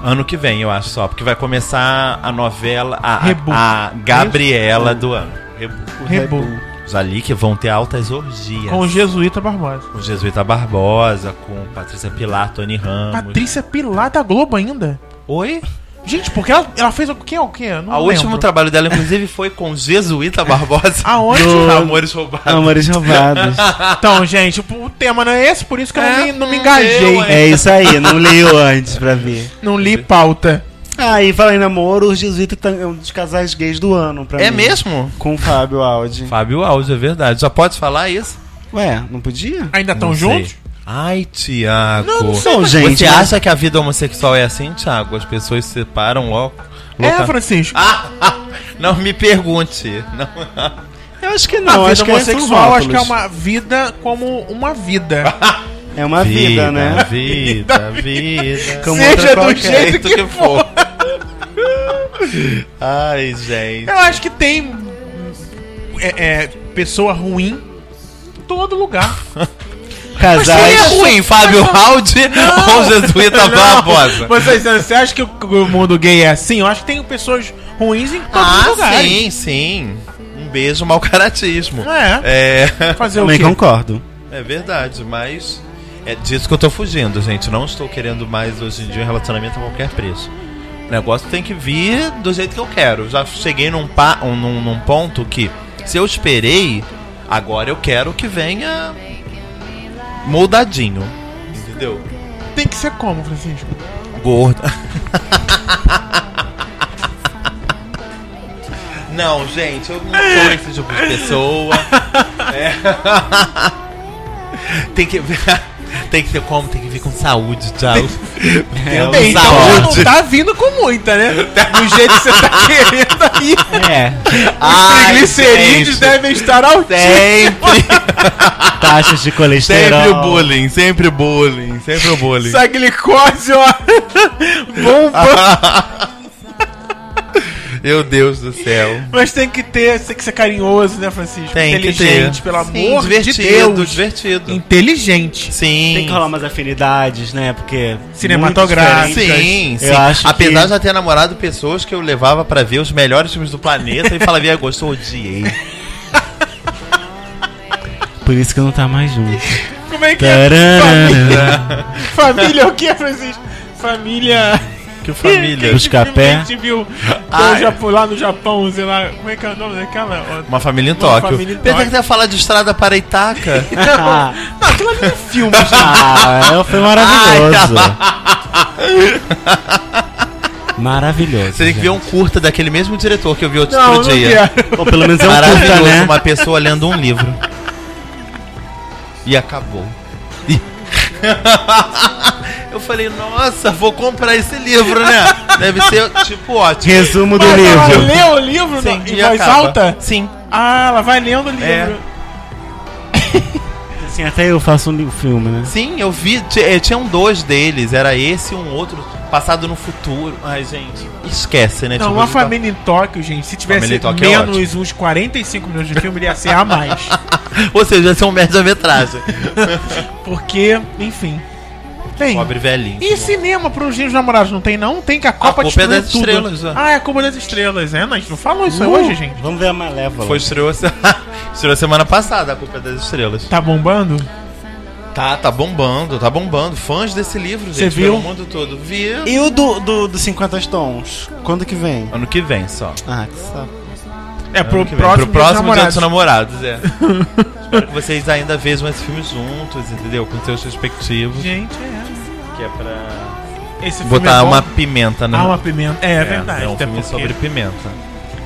Speaker 3: Ano que vem, eu acho só, porque vai começar a novela, a,
Speaker 1: Reboot.
Speaker 3: a, a Gabriela do ano. Reboot.
Speaker 1: Rebu.
Speaker 3: Os ali que vão ter altas orgias.
Speaker 1: Com
Speaker 3: Com,
Speaker 1: o Jesuíta Barbosa.
Speaker 3: Jesuíta Barbosa, com Patrícia Pilar, Tony Ramos.
Speaker 1: Patrícia Pilar da Globo ainda.
Speaker 3: Oi?
Speaker 1: Gente, porque ela, ela fez o que? O que? Não
Speaker 3: O último
Speaker 1: lembro.
Speaker 3: trabalho dela, inclusive, foi com Jesuíta Barbosa.
Speaker 1: Aonde?
Speaker 3: Do... Amores Roubados.
Speaker 2: Amores roubados.
Speaker 1: Então, gente, o tema não é esse, por isso que eu não,
Speaker 3: É,
Speaker 1: me, não me
Speaker 3: não
Speaker 1: engajei.
Speaker 3: deu, é.
Speaker 2: É isso aí, não leio antes pra ver.
Speaker 1: Não li pauta.
Speaker 2: Ah, e falando em namoro, os Jesuíta tá- é um dos casais gays do ano pra
Speaker 3: É
Speaker 2: mim.
Speaker 3: mesmo?
Speaker 2: Com o Fábio Aldi.
Speaker 3: Fábio Alves, é verdade. Só pode falar isso?
Speaker 2: Ué, não podia?
Speaker 1: Ainda estão
Speaker 3: Não sei.
Speaker 1: juntos?
Speaker 3: Ai, Tiago.
Speaker 1: Não, não sei,
Speaker 2: Não, gente.
Speaker 3: Você
Speaker 2: mas-
Speaker 3: acha que a vida homossexual é assim, Tiago? As pessoas se separam logo?
Speaker 1: É,
Speaker 3: Louca-
Speaker 1: Francisco.
Speaker 3: Ah, não me pergunte. Não.
Speaker 2: Eu acho que
Speaker 1: a
Speaker 2: não,
Speaker 1: vida
Speaker 2: acho que é
Speaker 1: homossexual acho que é uma vida como uma vida.
Speaker 2: É uma vida, né?
Speaker 3: Vida, vida.
Speaker 2: Como
Speaker 1: Seja
Speaker 2: outra
Speaker 1: do
Speaker 2: qualquer.
Speaker 1: jeito que
Speaker 3: for. Ai, gente.
Speaker 1: Eu acho que tem é, é, pessoa ruim em todo lugar.
Speaker 3: Quem é
Speaker 2: Casais.
Speaker 3: ruim, Fábio Aldi ou tá Jesuíta Barbosa?
Speaker 1: Vocês, você acha que o, o mundo gay é assim? Eu acho que tem pessoas ruins em todos os
Speaker 3: Ah,
Speaker 1: lugares.
Speaker 3: sim, sim. Um beijo, mau caratismo.
Speaker 1: É,
Speaker 3: É,
Speaker 1: fazer o
Speaker 2: Também
Speaker 1: quê?
Speaker 2: concordo.
Speaker 3: é verdade, mas é disso que eu tô fugindo, gente. Não estou querendo mais hoje em dia um relacionamento a qualquer preço. O negócio tem que vir do jeito que eu quero. Já cheguei num, pa, um- num, num ponto que, se eu esperei, agora eu quero que venha moldadinho. Entendeu?
Speaker 1: Tem que ser como, Francisco?
Speaker 3: Gordo. Não, gente, eu não sou esse tipo de pessoa. É. Tem que tem que ser como, tem que vir com saúde, um Thiago.
Speaker 2: É,
Speaker 1: Bem, então
Speaker 2: saúde.
Speaker 1: você não tá vindo com muita, né? Do jeito que você tá querendo aí.
Speaker 2: É.
Speaker 1: Os
Speaker 3: Ai,
Speaker 1: triglicerídeos né?
Speaker 3: gente.
Speaker 1: devem estar altíssimos.
Speaker 3: sempre,
Speaker 2: Taxas de colesterol.
Speaker 3: sempre o bullying, sempre o bullying, sempre o bullying.
Speaker 1: Essa glicose, ó. Bomba.
Speaker 3: Meu Deus do céu.
Speaker 1: Mas tem que ter, tem que ser carinhoso, né, Francisco?
Speaker 3: Tem que
Speaker 1: Inteligente,
Speaker 3: ter.
Speaker 1: pelo
Speaker 3: Sim,
Speaker 1: amor de
Speaker 3: divertido,
Speaker 1: Deus.
Speaker 3: divertido.
Speaker 1: Inteligente.
Speaker 3: Sim.
Speaker 2: Tem que rolar umas afinidades, né? Porque.
Speaker 1: Cinematográficas.
Speaker 2: muito
Speaker 3: Sim,
Speaker 2: diferentes.
Speaker 3: sim.
Speaker 2: Eu acho
Speaker 3: Apesar de
Speaker 2: que...
Speaker 3: já ter namorado pessoas que eu levava pra ver os melhores filmes do planeta e falava, "Ih, gosto, eu odiei.
Speaker 2: Por isso que não tá mais junto.
Speaker 1: Como é que é? Família,
Speaker 2: Tararara.
Speaker 1: família o que, é, Francisco? Família.
Speaker 3: Que
Speaker 1: Aquele
Speaker 3: família.
Speaker 2: Os
Speaker 1: filme que a
Speaker 2: capé.
Speaker 1: gente viu
Speaker 3: Ah,
Speaker 1: no
Speaker 3: é.
Speaker 1: Japão- lá no Japão, sei lá. Como é que é o nome daquela? Ó,
Speaker 3: Uma família em
Speaker 1: Uma
Speaker 3: Tóquio.
Speaker 1: família em
Speaker 3: Pensei
Speaker 1: Tóquio.
Speaker 3: que você ia falar de Estrada para Itaca.
Speaker 1: Não, não, aquilo ali é filme.
Speaker 2: Ah, foi maravilhoso. Maravilhoso.
Speaker 3: Você tem que ver um curta daquele mesmo diretor que eu vi outro
Speaker 1: Não, não
Speaker 3: dia.
Speaker 1: quero.
Speaker 2: Ou pelo menos é um curta,
Speaker 3: Maravilhoso,
Speaker 2: né?
Speaker 3: uma pessoa lendo um livro. E acabou. Ih. Eu falei, nossa, vou comprar esse livro, né? Deve ser, tipo, ótimo.
Speaker 2: Resumo do
Speaker 1: Mas ela
Speaker 2: livro.
Speaker 1: lê o livro
Speaker 3: Sim,
Speaker 1: não,
Speaker 3: e
Speaker 1: em voz
Speaker 3: acaba.
Speaker 1: alta?
Speaker 3: Sim.
Speaker 1: Ah, ela vai lendo o livro.
Speaker 3: É.
Speaker 2: Assim, até eu faço um li- filme, né?
Speaker 3: Sim, eu vi. ti- eh, Tinham dois deles. Era esse e um outro passado no futuro. Ai, gente. Esquece, né?
Speaker 1: Não,
Speaker 3: Tipo,
Speaker 1: uma
Speaker 3: de tal-
Speaker 1: família em Tóquio, gente, se tivesse
Speaker 3: Família em Tóquio é
Speaker 1: menos uns 45 minutos de filme, ele ia ser a mais.
Speaker 3: Ou seja, esse é um média-metragem.
Speaker 1: Porque, enfim. Tem.
Speaker 3: Pobre velhinho.
Speaker 1: E cinema para os dias namorados não tem, não? Tem que a Copa
Speaker 3: Copa é
Speaker 1: destruiu
Speaker 3: das
Speaker 1: tudo.
Speaker 3: Estrelas, ó.
Speaker 1: Ah, é a Copa das Estrelas, é? Nós não falamos isso
Speaker 2: Uh,
Speaker 1: hoje, gente.
Speaker 2: Vamos ver a Malévola.
Speaker 3: Foi estreou, se- estreou semana passada a Culpa é das Estrelas.
Speaker 1: Tá bombando?
Speaker 3: Tá, tá bombando, tá bombando. Fãs desse livro, gente,
Speaker 1: Você viu?
Speaker 3: pelo mundo todo. Vi
Speaker 2: E o do, do, do 50 Tons? Quando que vem?
Speaker 3: ano que vem só.
Speaker 2: Ah, que saco.
Speaker 1: É
Speaker 3: Ano
Speaker 1: pro
Speaker 3: que vem.
Speaker 1: próximo,
Speaker 3: Pro próximo Dia
Speaker 1: dia
Speaker 3: dos Namorados, é. Espero que vocês ainda vejam esse filme juntos, entendeu? Com seus respectivos.
Speaker 1: Gente, é.
Speaker 3: Que é pra
Speaker 1: Esse filme
Speaker 3: botar
Speaker 1: é bom.
Speaker 3: uma pimenta né? na,
Speaker 1: Ah, uma pimenta. É, é verdade.
Speaker 3: É um
Speaker 1: até
Speaker 3: filme
Speaker 1: porque-
Speaker 3: sobre pimenta.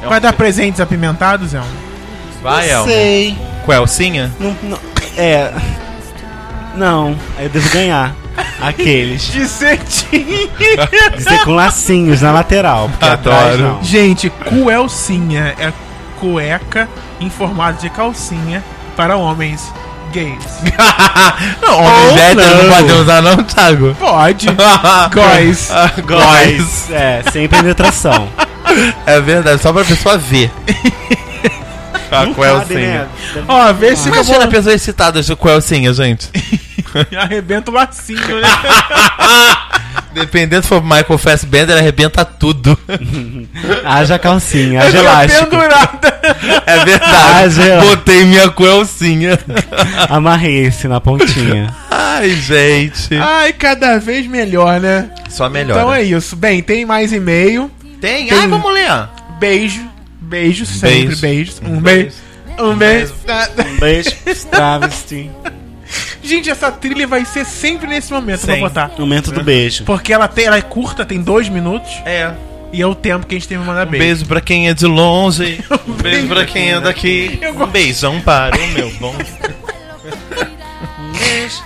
Speaker 3: É um
Speaker 1: Vai dar
Speaker 3: filme-
Speaker 1: presentes apimentados, é um.
Speaker 3: Vai,
Speaker 2: não
Speaker 3: Elmo.
Speaker 2: sei.
Speaker 3: Com a Elcinha?
Speaker 2: Não, não- É. Não, aí eu devo ganhar. Aqueles.
Speaker 1: De cetim.
Speaker 2: De ser com lacinhos na lateral. Porque atrás
Speaker 3: Adoro.
Speaker 2: não.
Speaker 1: Gente, cuelcinha é cueca em formato de calcinha para homens gays.
Speaker 3: Não, homem
Speaker 2: Ou
Speaker 3: hétero não
Speaker 2: não.
Speaker 3: pode usar, não, Thiago.
Speaker 1: Pode. Góis.
Speaker 3: Ah, Góis.
Speaker 2: Góis. É, sem penetração.
Speaker 3: É verdade, só pra pessoa ver. Ah, A
Speaker 2: Não cabe,
Speaker 3: Coelcinha.
Speaker 2: né?
Speaker 1: Ó, vê se
Speaker 3: Imagina a pessoa excitada de Coelcinha, gente.
Speaker 1: arrebenta o lacinho, né?
Speaker 3: Dependendo se for Michael Fassbender, ele arrebenta tudo.
Speaker 2: Haja calcinha, haja
Speaker 1: Fica
Speaker 2: elástico.
Speaker 1: pendurada.
Speaker 3: É verdade.
Speaker 2: Ah, gente.
Speaker 3: Botei minha é Coelcinha.
Speaker 2: Amarrei esse na pontinha.
Speaker 3: Ai, gente.
Speaker 1: Ai, cada vez melhor, né?
Speaker 3: Só melhor.
Speaker 1: Ah, Então é isso. Bem, tem mais e-mail.
Speaker 3: Tem?
Speaker 1: Tem.
Speaker 3: Ai, vamos ler.
Speaker 1: Beijo. Beijo sempre, beijo. Um beijo. Um beijo.
Speaker 2: Um beijo, travesti.
Speaker 1: Ah, Gente, essa trilha vai ser sempre nesse momento pra
Speaker 3: Sim.
Speaker 1: botar.
Speaker 2: Momento do beijo.
Speaker 1: Porque ela, tem, ela é curta, tem dois minutos.
Speaker 3: É.
Speaker 1: E é o tempo que a gente tem pra mandar
Speaker 3: Um
Speaker 1: beijo.
Speaker 3: beijo pra quem é de longe. Um beijo pra quem é daqui.
Speaker 1: Eu
Speaker 3: Um beijão para o meu bom.
Speaker 1: Beijo,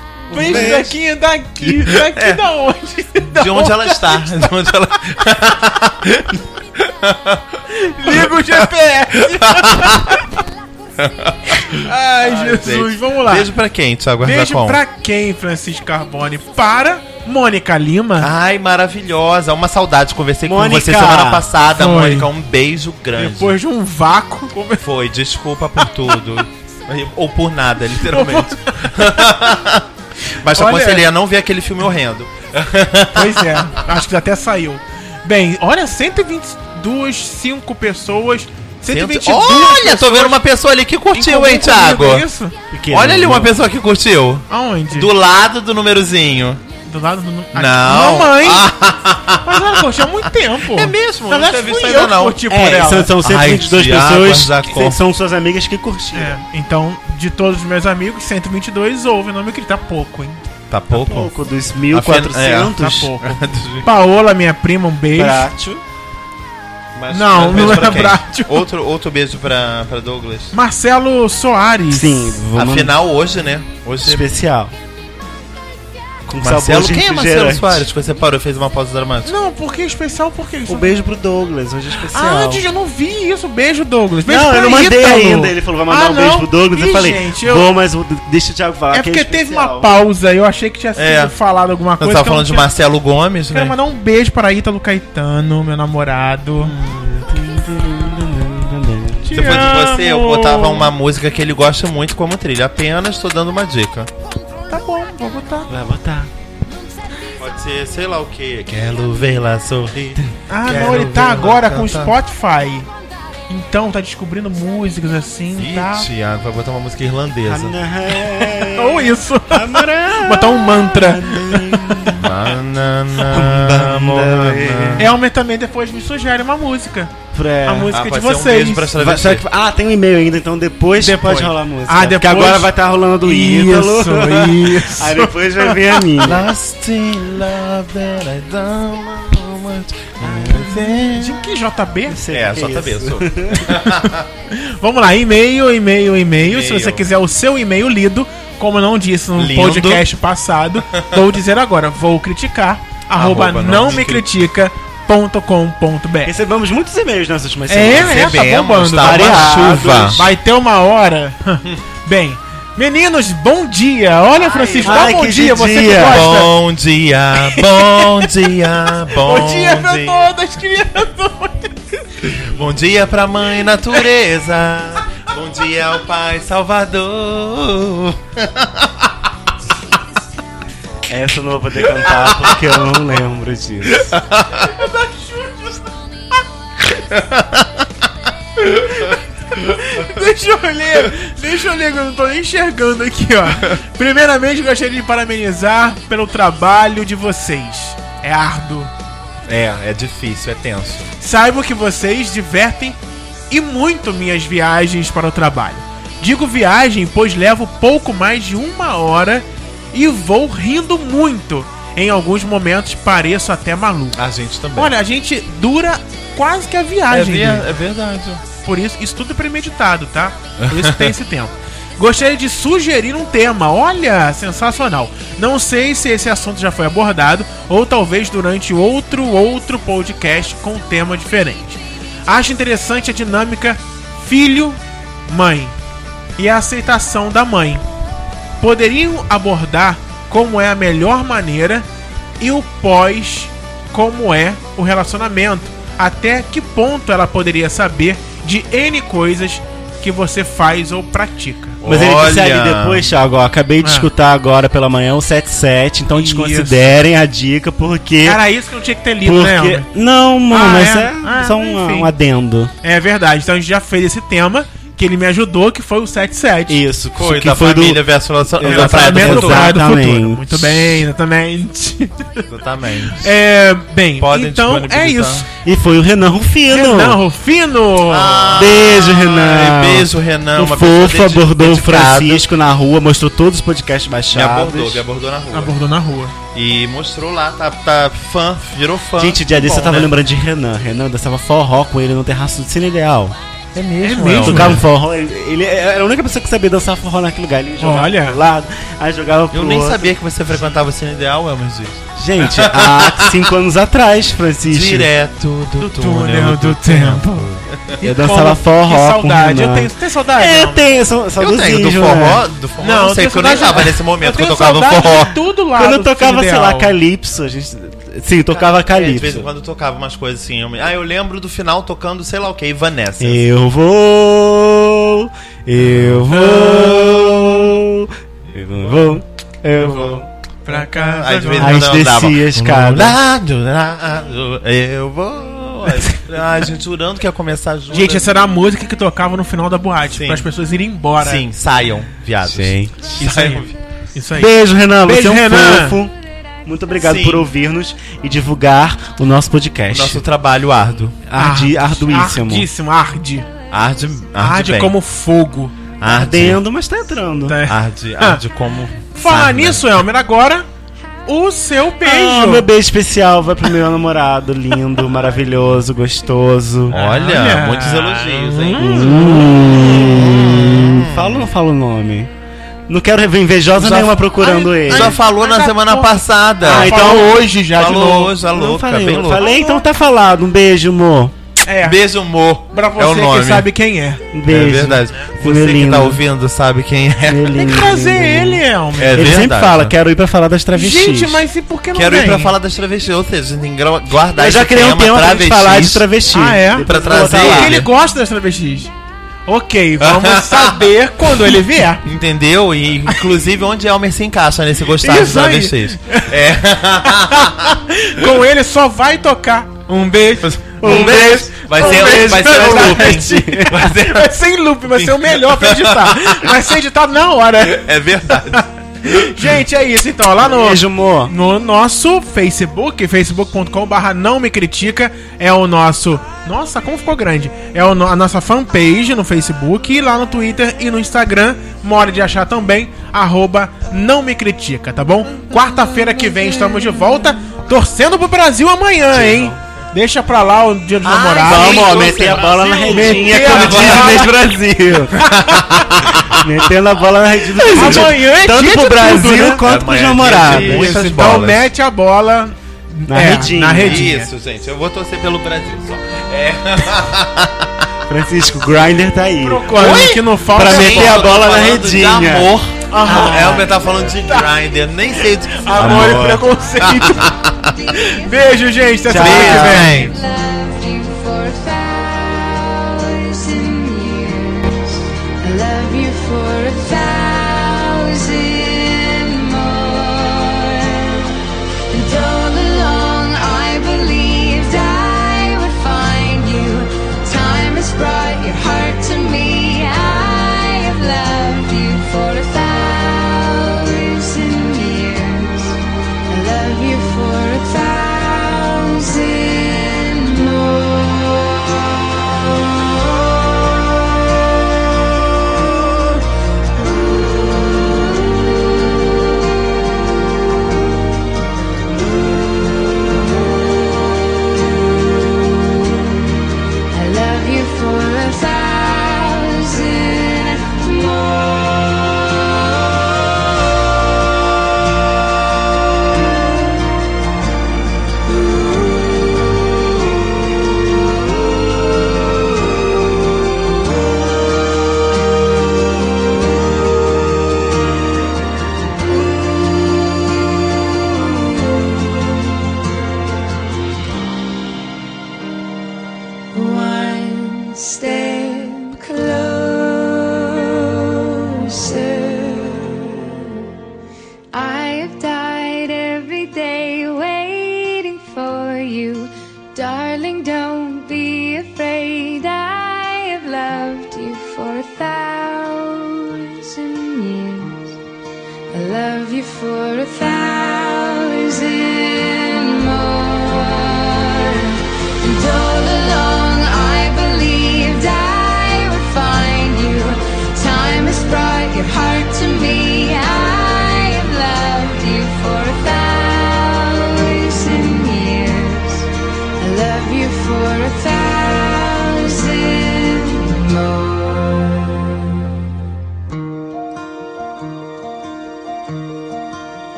Speaker 3: beijo.
Speaker 1: daqui é daqui. Daqui da onde? Da
Speaker 3: De onde ela está. De onde ela...
Speaker 1: um Liga o GPS. Ai, Jesus,
Speaker 3: Gente,
Speaker 1: vamos lá.
Speaker 3: Beijo pra quem, Thiago
Speaker 1: Beijo
Speaker 3: Arzacon?
Speaker 1: pra quem, Francisco Carbone? Para Mônica Lima.
Speaker 3: Ai, maravilhosa. Uma saudade. Conversei
Speaker 2: Mônica.
Speaker 3: com você semana passada,
Speaker 1: Foi.
Speaker 3: Mônica. Um beijo grande.
Speaker 1: depois de um vácuo. Como...
Speaker 3: Foi, desculpa por tudo. Ou por nada, literalmente. Mas te
Speaker 1: Olha-
Speaker 3: aconselhei a não ver aquele filme horrendo.
Speaker 1: Pois é, acho que até saiu. Bem, olha, 122, 5 pessoas. 122
Speaker 3: Olha, tô vendo uma pessoa ali que
Speaker 1: em
Speaker 3: curtiu,
Speaker 1: comum
Speaker 3: hein,
Speaker 1: comigo,
Speaker 3: Thiago?
Speaker 1: é Isso?
Speaker 2: Pequeno,
Speaker 3: Olha ali uma
Speaker 2: meu.
Speaker 3: pessoa que curtiu.
Speaker 1: Aonde?
Speaker 3: Do lado do númerozinho.
Speaker 1: Do lado do... nu- Ah,
Speaker 3: Não. Ah.
Speaker 1: Mamãe. Mas ela curtiu há muito tempo.
Speaker 3: É mesmo?
Speaker 1: Na
Speaker 3: Não tinha
Speaker 1: verdade,
Speaker 3: visto
Speaker 1: fui
Speaker 3: ainda
Speaker 1: eu que
Speaker 3: não.
Speaker 1: curti por
Speaker 2: É,
Speaker 1: ela.
Speaker 2: são, são 122
Speaker 3: Ai, Thiago
Speaker 2: pessoas
Speaker 3: Arzacon.
Speaker 2: que são suas amigas que curtiram.
Speaker 1: É, então, de todos os meus amigos, 122 ouve, não me grita pouco, hein?
Speaker 3: Tá pouco? É,
Speaker 2: Pouco dos
Speaker 1: Tá
Speaker 2: 1400.
Speaker 1: pouco. Paola, minha prima, um beijo.
Speaker 2: Prático.
Speaker 3: Mas
Speaker 1: Não,
Speaker 3: beijo
Speaker 1: não é
Speaker 3: pra quem?
Speaker 1: prático.
Speaker 3: Outro, outro beijo pra, pra Douglas.
Speaker 1: Marcelo Soares.
Speaker 2: Sim, vamos
Speaker 3: Afinal, hoje, né? Hoje
Speaker 2: especial. Com
Speaker 3: Marcelo,
Speaker 2: sabor de
Speaker 3: quem é Marcelo
Speaker 2: refrigerante.
Speaker 3: Soares? Quando você parou e fez uma pausa dramática.
Speaker 1: Não, por que especial? Por que isso?
Speaker 2: Um beijo pro Douglas, hoje é especial.
Speaker 1: Ah, Didi, eu não vi isso. Beijo, Douglas. Beijo
Speaker 2: Não, eu
Speaker 1: pra
Speaker 2: não mandei
Speaker 1: Ítalo.
Speaker 2: ainda. Ele falou, vai mandar
Speaker 1: Ah,
Speaker 2: um beijo
Speaker 1: não?
Speaker 2: pro Douglas.
Speaker 1: Ih,
Speaker 2: eu falei,
Speaker 1: gente, eu-
Speaker 2: vou, mas eu- deixa o Thiago falar.
Speaker 1: É
Speaker 2: que
Speaker 1: porque teve
Speaker 2: especial.
Speaker 1: uma pausa, eu achei que tinha sido
Speaker 3: É.
Speaker 1: falado alguma
Speaker 3: Eu
Speaker 1: coisa.
Speaker 3: tava
Speaker 1: que eu
Speaker 3: falando de
Speaker 1: não tinha-
Speaker 3: Marcelo Gomes, né?
Speaker 1: Quero mandar um beijo para Ítalo Caetano, meu namorado.
Speaker 3: Hum, Se fosse você, eu botava uma música que ele gosta muito como trilha. Apenas tô dando uma dica.
Speaker 1: Tá bom, vou botar.
Speaker 2: Vai botar.
Speaker 3: Pode ser, sei lá o que. é Quero ver lá sorrir.
Speaker 1: Ah,
Speaker 3: Quero
Speaker 1: não, ele tá
Speaker 3: ver
Speaker 1: agora
Speaker 3: ela
Speaker 1: com o
Speaker 3: cantar.
Speaker 1: Spotify. Então, tá descobrindo músicas assim,
Speaker 3: Ih,
Speaker 1: tá?
Speaker 3: Thiago, ah, vai botar uma música irlandesa.
Speaker 1: Ou isso.
Speaker 2: Amará.
Speaker 1: Botar um mantra.
Speaker 3: Manana, morana.
Speaker 1: Elmer também depois me sugere uma música.
Speaker 2: Pra-
Speaker 1: A música
Speaker 3: Ah,
Speaker 1: de
Speaker 3: pode ser um
Speaker 1: vocês.
Speaker 3: beijo pra
Speaker 2: Vai- será que- Ah, tem um e-mail ainda, então depois,
Speaker 1: Depois.
Speaker 2: pode rolar a música.
Speaker 1: Ah,
Speaker 2: Porque
Speaker 1: depois-
Speaker 2: agora vai estar rolando do ídolo.
Speaker 1: Isso, isso.
Speaker 2: Aí depois vai vir a minha.
Speaker 3: Lost in love that I don't know much.
Speaker 1: De que JB?
Speaker 3: É, só tá vendo.
Speaker 1: Vamos lá, e-mail, e-mail, e-mail. Se
Speaker 3: E-mail.
Speaker 1: você quiser o seu e-mail lido, como eu não disse no
Speaker 3: Lindo.
Speaker 1: podcast passado, vou dizer agora, vou criticar, arroba
Speaker 3: Arroba
Speaker 1: não
Speaker 3: não
Speaker 1: me
Speaker 3: me
Speaker 1: critica.com.br.
Speaker 2: Recebemos muitos e-mails nas últimas
Speaker 1: É, né?
Speaker 2: semanas.
Speaker 1: Tá
Speaker 3: Recebemos,
Speaker 1: bombando.
Speaker 3: tá
Speaker 2: Variados.
Speaker 3: uma chuva.
Speaker 1: Vai ter uma hora. Bem, meninos, bom dia. Olha, Francisco, dá
Speaker 2: ai,
Speaker 1: bom
Speaker 2: que
Speaker 1: dia, você que
Speaker 2: dia.
Speaker 1: gosta.
Speaker 3: Bom dia, bom dia, bom,
Speaker 1: Bom dia pra todas, crianças.
Speaker 3: Bom dia pra mãe natureza. Bom dia ao pai salvador.
Speaker 2: Essa eu não vou poder cantar porque eu não lembro disso.
Speaker 1: Deixa eu ler, deixa eu ler que eu não tô nem enxergando aqui, ó. Primeiramente, eu gostaria de parabenizar pelo trabalho de vocês. É árduo.
Speaker 3: É, é difícil, é tenso.
Speaker 1: Saibam que vocês divertem e muito minhas viagens para o trabalho. Digo viagem, pois levo pouco mais de uma hora e vou rindo muito. Em alguns momentos pareço até maluco.
Speaker 3: A gente também.
Speaker 1: Olha, a gente dura quase que a
Speaker 3: Ah, é,
Speaker 1: viagem.
Speaker 3: ver-
Speaker 1: né?
Speaker 3: é verdade.
Speaker 1: Por isso, isso tudo é premeditado, tá? Por isso que tem esse tempo. Gostaria de sugerir um tema. Olha, sensacional. Não sei se esse assunto já foi abordado ou talvez durante outro outro podcast com um tema diferente. Acho interessante a dinâmica filho mãe e a aceitação da mãe. Poderiam abordar como é a melhor maneira e o pós como é o relacionamento, até que ponto ela poderia saber de N coisas que você faz ou pratica.
Speaker 2: Mas ele disse ali
Speaker 3: Olha.
Speaker 2: depois, Thiago, ó, acabei de
Speaker 1: Ah.
Speaker 2: escutar agora pela manhã o 77, então
Speaker 1: Isso.
Speaker 2: desconsiderem a dica porque
Speaker 1: Era isso que eu tinha que ter lido, né?
Speaker 2: porque
Speaker 1: Elmer?
Speaker 2: não, mano,
Speaker 1: Ah,
Speaker 2: mas
Speaker 1: é?
Speaker 2: é,
Speaker 1: Ah,
Speaker 2: só um,
Speaker 1: enfim.
Speaker 2: um adendo.
Speaker 1: É verdade. Então a gente já fez esse tema que ele me ajudou, que foi o 77.
Speaker 2: Isso,
Speaker 3: Foi
Speaker 2: que
Speaker 3: da
Speaker 2: foi
Speaker 3: família
Speaker 2: do
Speaker 3: versus relacion-
Speaker 2: Exatamente.
Speaker 3: da praia do
Speaker 1: Relacionamento
Speaker 3: futuro.
Speaker 1: com a área do futuro.
Speaker 2: Exatamente.
Speaker 1: Muito bem, exatamente.
Speaker 3: Exatamente.
Speaker 1: É, bem,
Speaker 3: Podem
Speaker 1: então é
Speaker 3: disponibilizar.
Speaker 1: isso.
Speaker 2: e foi o Renan Rufino.
Speaker 1: Renan Rufino!
Speaker 2: Ah, Beijo, Renan.
Speaker 3: Beijo,
Speaker 2: o
Speaker 3: Renan. É uma pessoa
Speaker 2: fofo
Speaker 3: dedi-
Speaker 2: abordou o
Speaker 3: dedicada.
Speaker 2: Francisco na rua, mostrou todos os podcasts
Speaker 3: Me
Speaker 2: baixados.
Speaker 3: abordou, me abordou na rua.
Speaker 1: Abordou na rua.
Speaker 3: E mostrou lá, tá, tá fã, virou fã.
Speaker 2: Gente, dia desse
Speaker 3: Bom,
Speaker 2: eu tava
Speaker 3: né?
Speaker 2: lembrando de Renan. Renan dançava forró com ele no terraço do Cine Ideal.
Speaker 3: É
Speaker 1: É mesmo?
Speaker 3: Elmer.
Speaker 2: Tocava um forró, ele, ele era a única pessoa que sabia dançar forró naquele lugar. Ele jogava
Speaker 1: Olha.
Speaker 2: pro lado, aí jogava pro
Speaker 3: Eu nem
Speaker 2: outro.
Speaker 3: sabia que você frequentava o Cine Ideal, Elmer Zuz.
Speaker 2: Gente, há cinco anos atrás, Francisco,
Speaker 3: Direto do, túnel do tempo.
Speaker 2: eu dançava forró
Speaker 1: Que
Speaker 2: com
Speaker 1: saudade.
Speaker 2: Renan.
Speaker 1: Eu tenho, tem saudade?
Speaker 2: É,
Speaker 1: não?
Speaker 2: eu tenho, só, só
Speaker 3: Eu tenho do
Speaker 2: né?
Speaker 3: forró, do forró, não, sei,
Speaker 1: tenho
Speaker 3: porque eu nem
Speaker 1: saudade-
Speaker 3: tava nesse momento que eu
Speaker 1: tenho
Speaker 3: tocava
Speaker 1: saudade
Speaker 3: forró.
Speaker 1: de Tudo lá
Speaker 2: Quando
Speaker 1: do
Speaker 2: eu tocava,
Speaker 1: Cine
Speaker 2: sei lá,
Speaker 1: Ideal.
Speaker 2: Calypso, a gente... Sim, tocava
Speaker 3: É, De vez em
Speaker 2: Calypso.
Speaker 3: quando eu tocava umas coisas assim. eu me- Ah, eu lembro do final tocando, sei lá o que, Vanessa.
Speaker 2: Eu vou, eu vou, eu vou, eu vou.
Speaker 1: Pra casa.
Speaker 3: Aí de vez em
Speaker 1: não.
Speaker 2: Aí
Speaker 3: quando eu andava.
Speaker 2: descia a escada.
Speaker 3: Eu vou. A gente jurando que ia começar a junto.
Speaker 1: Gente, essa é era a música que tocava no final da boate,
Speaker 3: Sim.
Speaker 1: para as pessoas irem embora.
Speaker 3: Sim, saiam,
Speaker 2: Ah,
Speaker 3: viados.
Speaker 1: Isso
Speaker 3: Saiam.
Speaker 1: aí. Isso aí.
Speaker 2: Beijo, Renan.
Speaker 1: Beijo,
Speaker 2: você é um
Speaker 1: Renan.
Speaker 2: fofo. Muito obrigado
Speaker 3: Sim.
Speaker 2: por ouvir-nos e divulgar o nosso
Speaker 3: O
Speaker 2: podcast.
Speaker 3: nosso trabalho árduo.
Speaker 2: Ardi, arduíssimo.
Speaker 1: Ardíssimo, arde.
Speaker 3: Arde, arde,
Speaker 1: Arde
Speaker 3: bem.
Speaker 1: como fogo.
Speaker 3: Arde.
Speaker 2: Ardendo, mas tá entrando.
Speaker 1: Tá.
Speaker 3: Arde, arde como.
Speaker 1: Falar
Speaker 3: sarna.
Speaker 1: nisso, Elmer, agora o seu beijo.
Speaker 2: Ah, meu beijo especial vai pro meu namorado lindo, maravilhoso, gostoso.
Speaker 3: Olha,
Speaker 1: Olha.
Speaker 3: muitos elogios, hein?
Speaker 2: Hum. Fala ou não fala o nome? Não quero ver invejosa
Speaker 3: Só-
Speaker 2: nenhuma procurando
Speaker 1: Ai,
Speaker 2: ele.
Speaker 3: Só falou
Speaker 1: Mas
Speaker 3: na
Speaker 1: a
Speaker 3: semana
Speaker 1: porra-
Speaker 3: passada.
Speaker 2: Ah, então
Speaker 1: falou hoje já
Speaker 3: falou
Speaker 1: de novo.
Speaker 3: hoje, a
Speaker 2: Não
Speaker 3: louca,
Speaker 2: falei,
Speaker 3: bem louca.
Speaker 2: falei, então tá falado. Um beijo, amor.
Speaker 1: É,
Speaker 3: Beijo, amor.
Speaker 1: pra você
Speaker 3: é o nome.
Speaker 1: que sabe quem é.
Speaker 2: Um
Speaker 3: É
Speaker 2: beijo.
Speaker 3: verdade.
Speaker 2: Meu
Speaker 3: Você que
Speaker 2: lindo.
Speaker 3: tá ouvindo sabe quem é.
Speaker 2: Meu
Speaker 1: Tem
Speaker 2: lindo,
Speaker 1: que trazer
Speaker 2: lindo, é lindo.
Speaker 1: ele, Elmer.
Speaker 3: É
Speaker 2: Ele sempre
Speaker 3: verdade,
Speaker 2: fala,
Speaker 3: né?
Speaker 2: quero ir pra falar das travestis.
Speaker 1: Gente, mas e por que não
Speaker 3: Quero ir
Speaker 1: vem?
Speaker 3: pra falar das travestis. Ou seja, tem que gra- guardar
Speaker 2: Eu já
Speaker 3: esse
Speaker 2: criei um tema pra gente falar de travesti.
Speaker 1: Ah, é?
Speaker 2: Depois
Speaker 3: Pra
Speaker 2: eu vou botar
Speaker 3: trazer
Speaker 2: Tá lá.
Speaker 1: Porque ele gosta das travestis. Ok, vamos saber quando ele vier.
Speaker 3: Entendeu? E inclusive onde Elmer se encaixa nesse gostar de
Speaker 1: Isso aí.
Speaker 3: travestis. É.
Speaker 1: Com ele só vai tocar um beijo.
Speaker 3: Um beijo. Vai ser
Speaker 1: um
Speaker 3: um-
Speaker 1: beijo
Speaker 3: vai ser
Speaker 1: pra
Speaker 3: um looping.
Speaker 1: travesti.
Speaker 3: Vai ser-
Speaker 1: Vai ser em loop, vai ser o melhor pra editar. Vai ser editado na hora.
Speaker 3: é verdade.
Speaker 1: Gente, é isso então. Lá no,
Speaker 2: Beijo, amor.
Speaker 1: no nosso Facebook, facebook.com.br não me critica, é o nosso. Nossa, como ficou grande! É o no- a nossa fanpage no Facebook, e lá no Twitter e no Instagram, mora de achar também, arroba não me critica, tá bom? Quarta-feira que vem estamos de volta, torcendo pro Brasil amanhã, hein? Deixa pra lá o dia dos
Speaker 2: Ah,
Speaker 1: namorados.
Speaker 3: Ai,
Speaker 2: Vamos, ó,
Speaker 3: Brasil,
Speaker 2: meter a bola na
Speaker 3: Brasil.
Speaker 2: redinha,
Speaker 1: Meter é a
Speaker 2: como
Speaker 1: bola.
Speaker 2: diz o Brasil. Metendo a bola na redinha do
Speaker 1: Amanhã é
Speaker 2: Tanto
Speaker 1: dia de
Speaker 2: pro
Speaker 1: tudo,
Speaker 2: Brasil
Speaker 1: né?
Speaker 2: quanto pros
Speaker 3: Amanhã é
Speaker 2: namorados.
Speaker 3: dia de-
Speaker 1: Isso,
Speaker 3: muitas
Speaker 1: então
Speaker 3: bolas.
Speaker 1: mete a bola é,
Speaker 2: Na redinha.
Speaker 1: Na redinha.
Speaker 3: Isso, gente. Eu vou torcer pelo Brasil só. É.
Speaker 2: Francisco, Grinder tá aí.
Speaker 1: Procurando
Speaker 3: Oi?
Speaker 1: que não falta. é
Speaker 2: Pra meter a
Speaker 3: Eu tô
Speaker 2: bola na
Speaker 3: Tá falando de
Speaker 2: redinha.
Speaker 3: Amor.
Speaker 1: Aham.
Speaker 3: Ah, Elber tá falando de grinder. Nem sei do que se fala.
Speaker 1: Amor,
Speaker 2: Amor.
Speaker 1: e preconceito. Beijo, gente. Até semana
Speaker 2: Tchau.
Speaker 1: que vem.
Speaker 3: Beijo, gente.
Speaker 4: loved you for a thousand years. I love you for a thousand more. And all along I believed I would find you. Time has brought your heart to me. I have loved you for a thousand years. I love you for a thousand more. one step closer. I've died every day waiting for you. Darling, don't be afraid. I have loved you for a thousand years. I love you for a thousand more. And all along I believed I would find you. Time has brought your heart to me. I have loved you for a thousand years. I love you for a thousand more.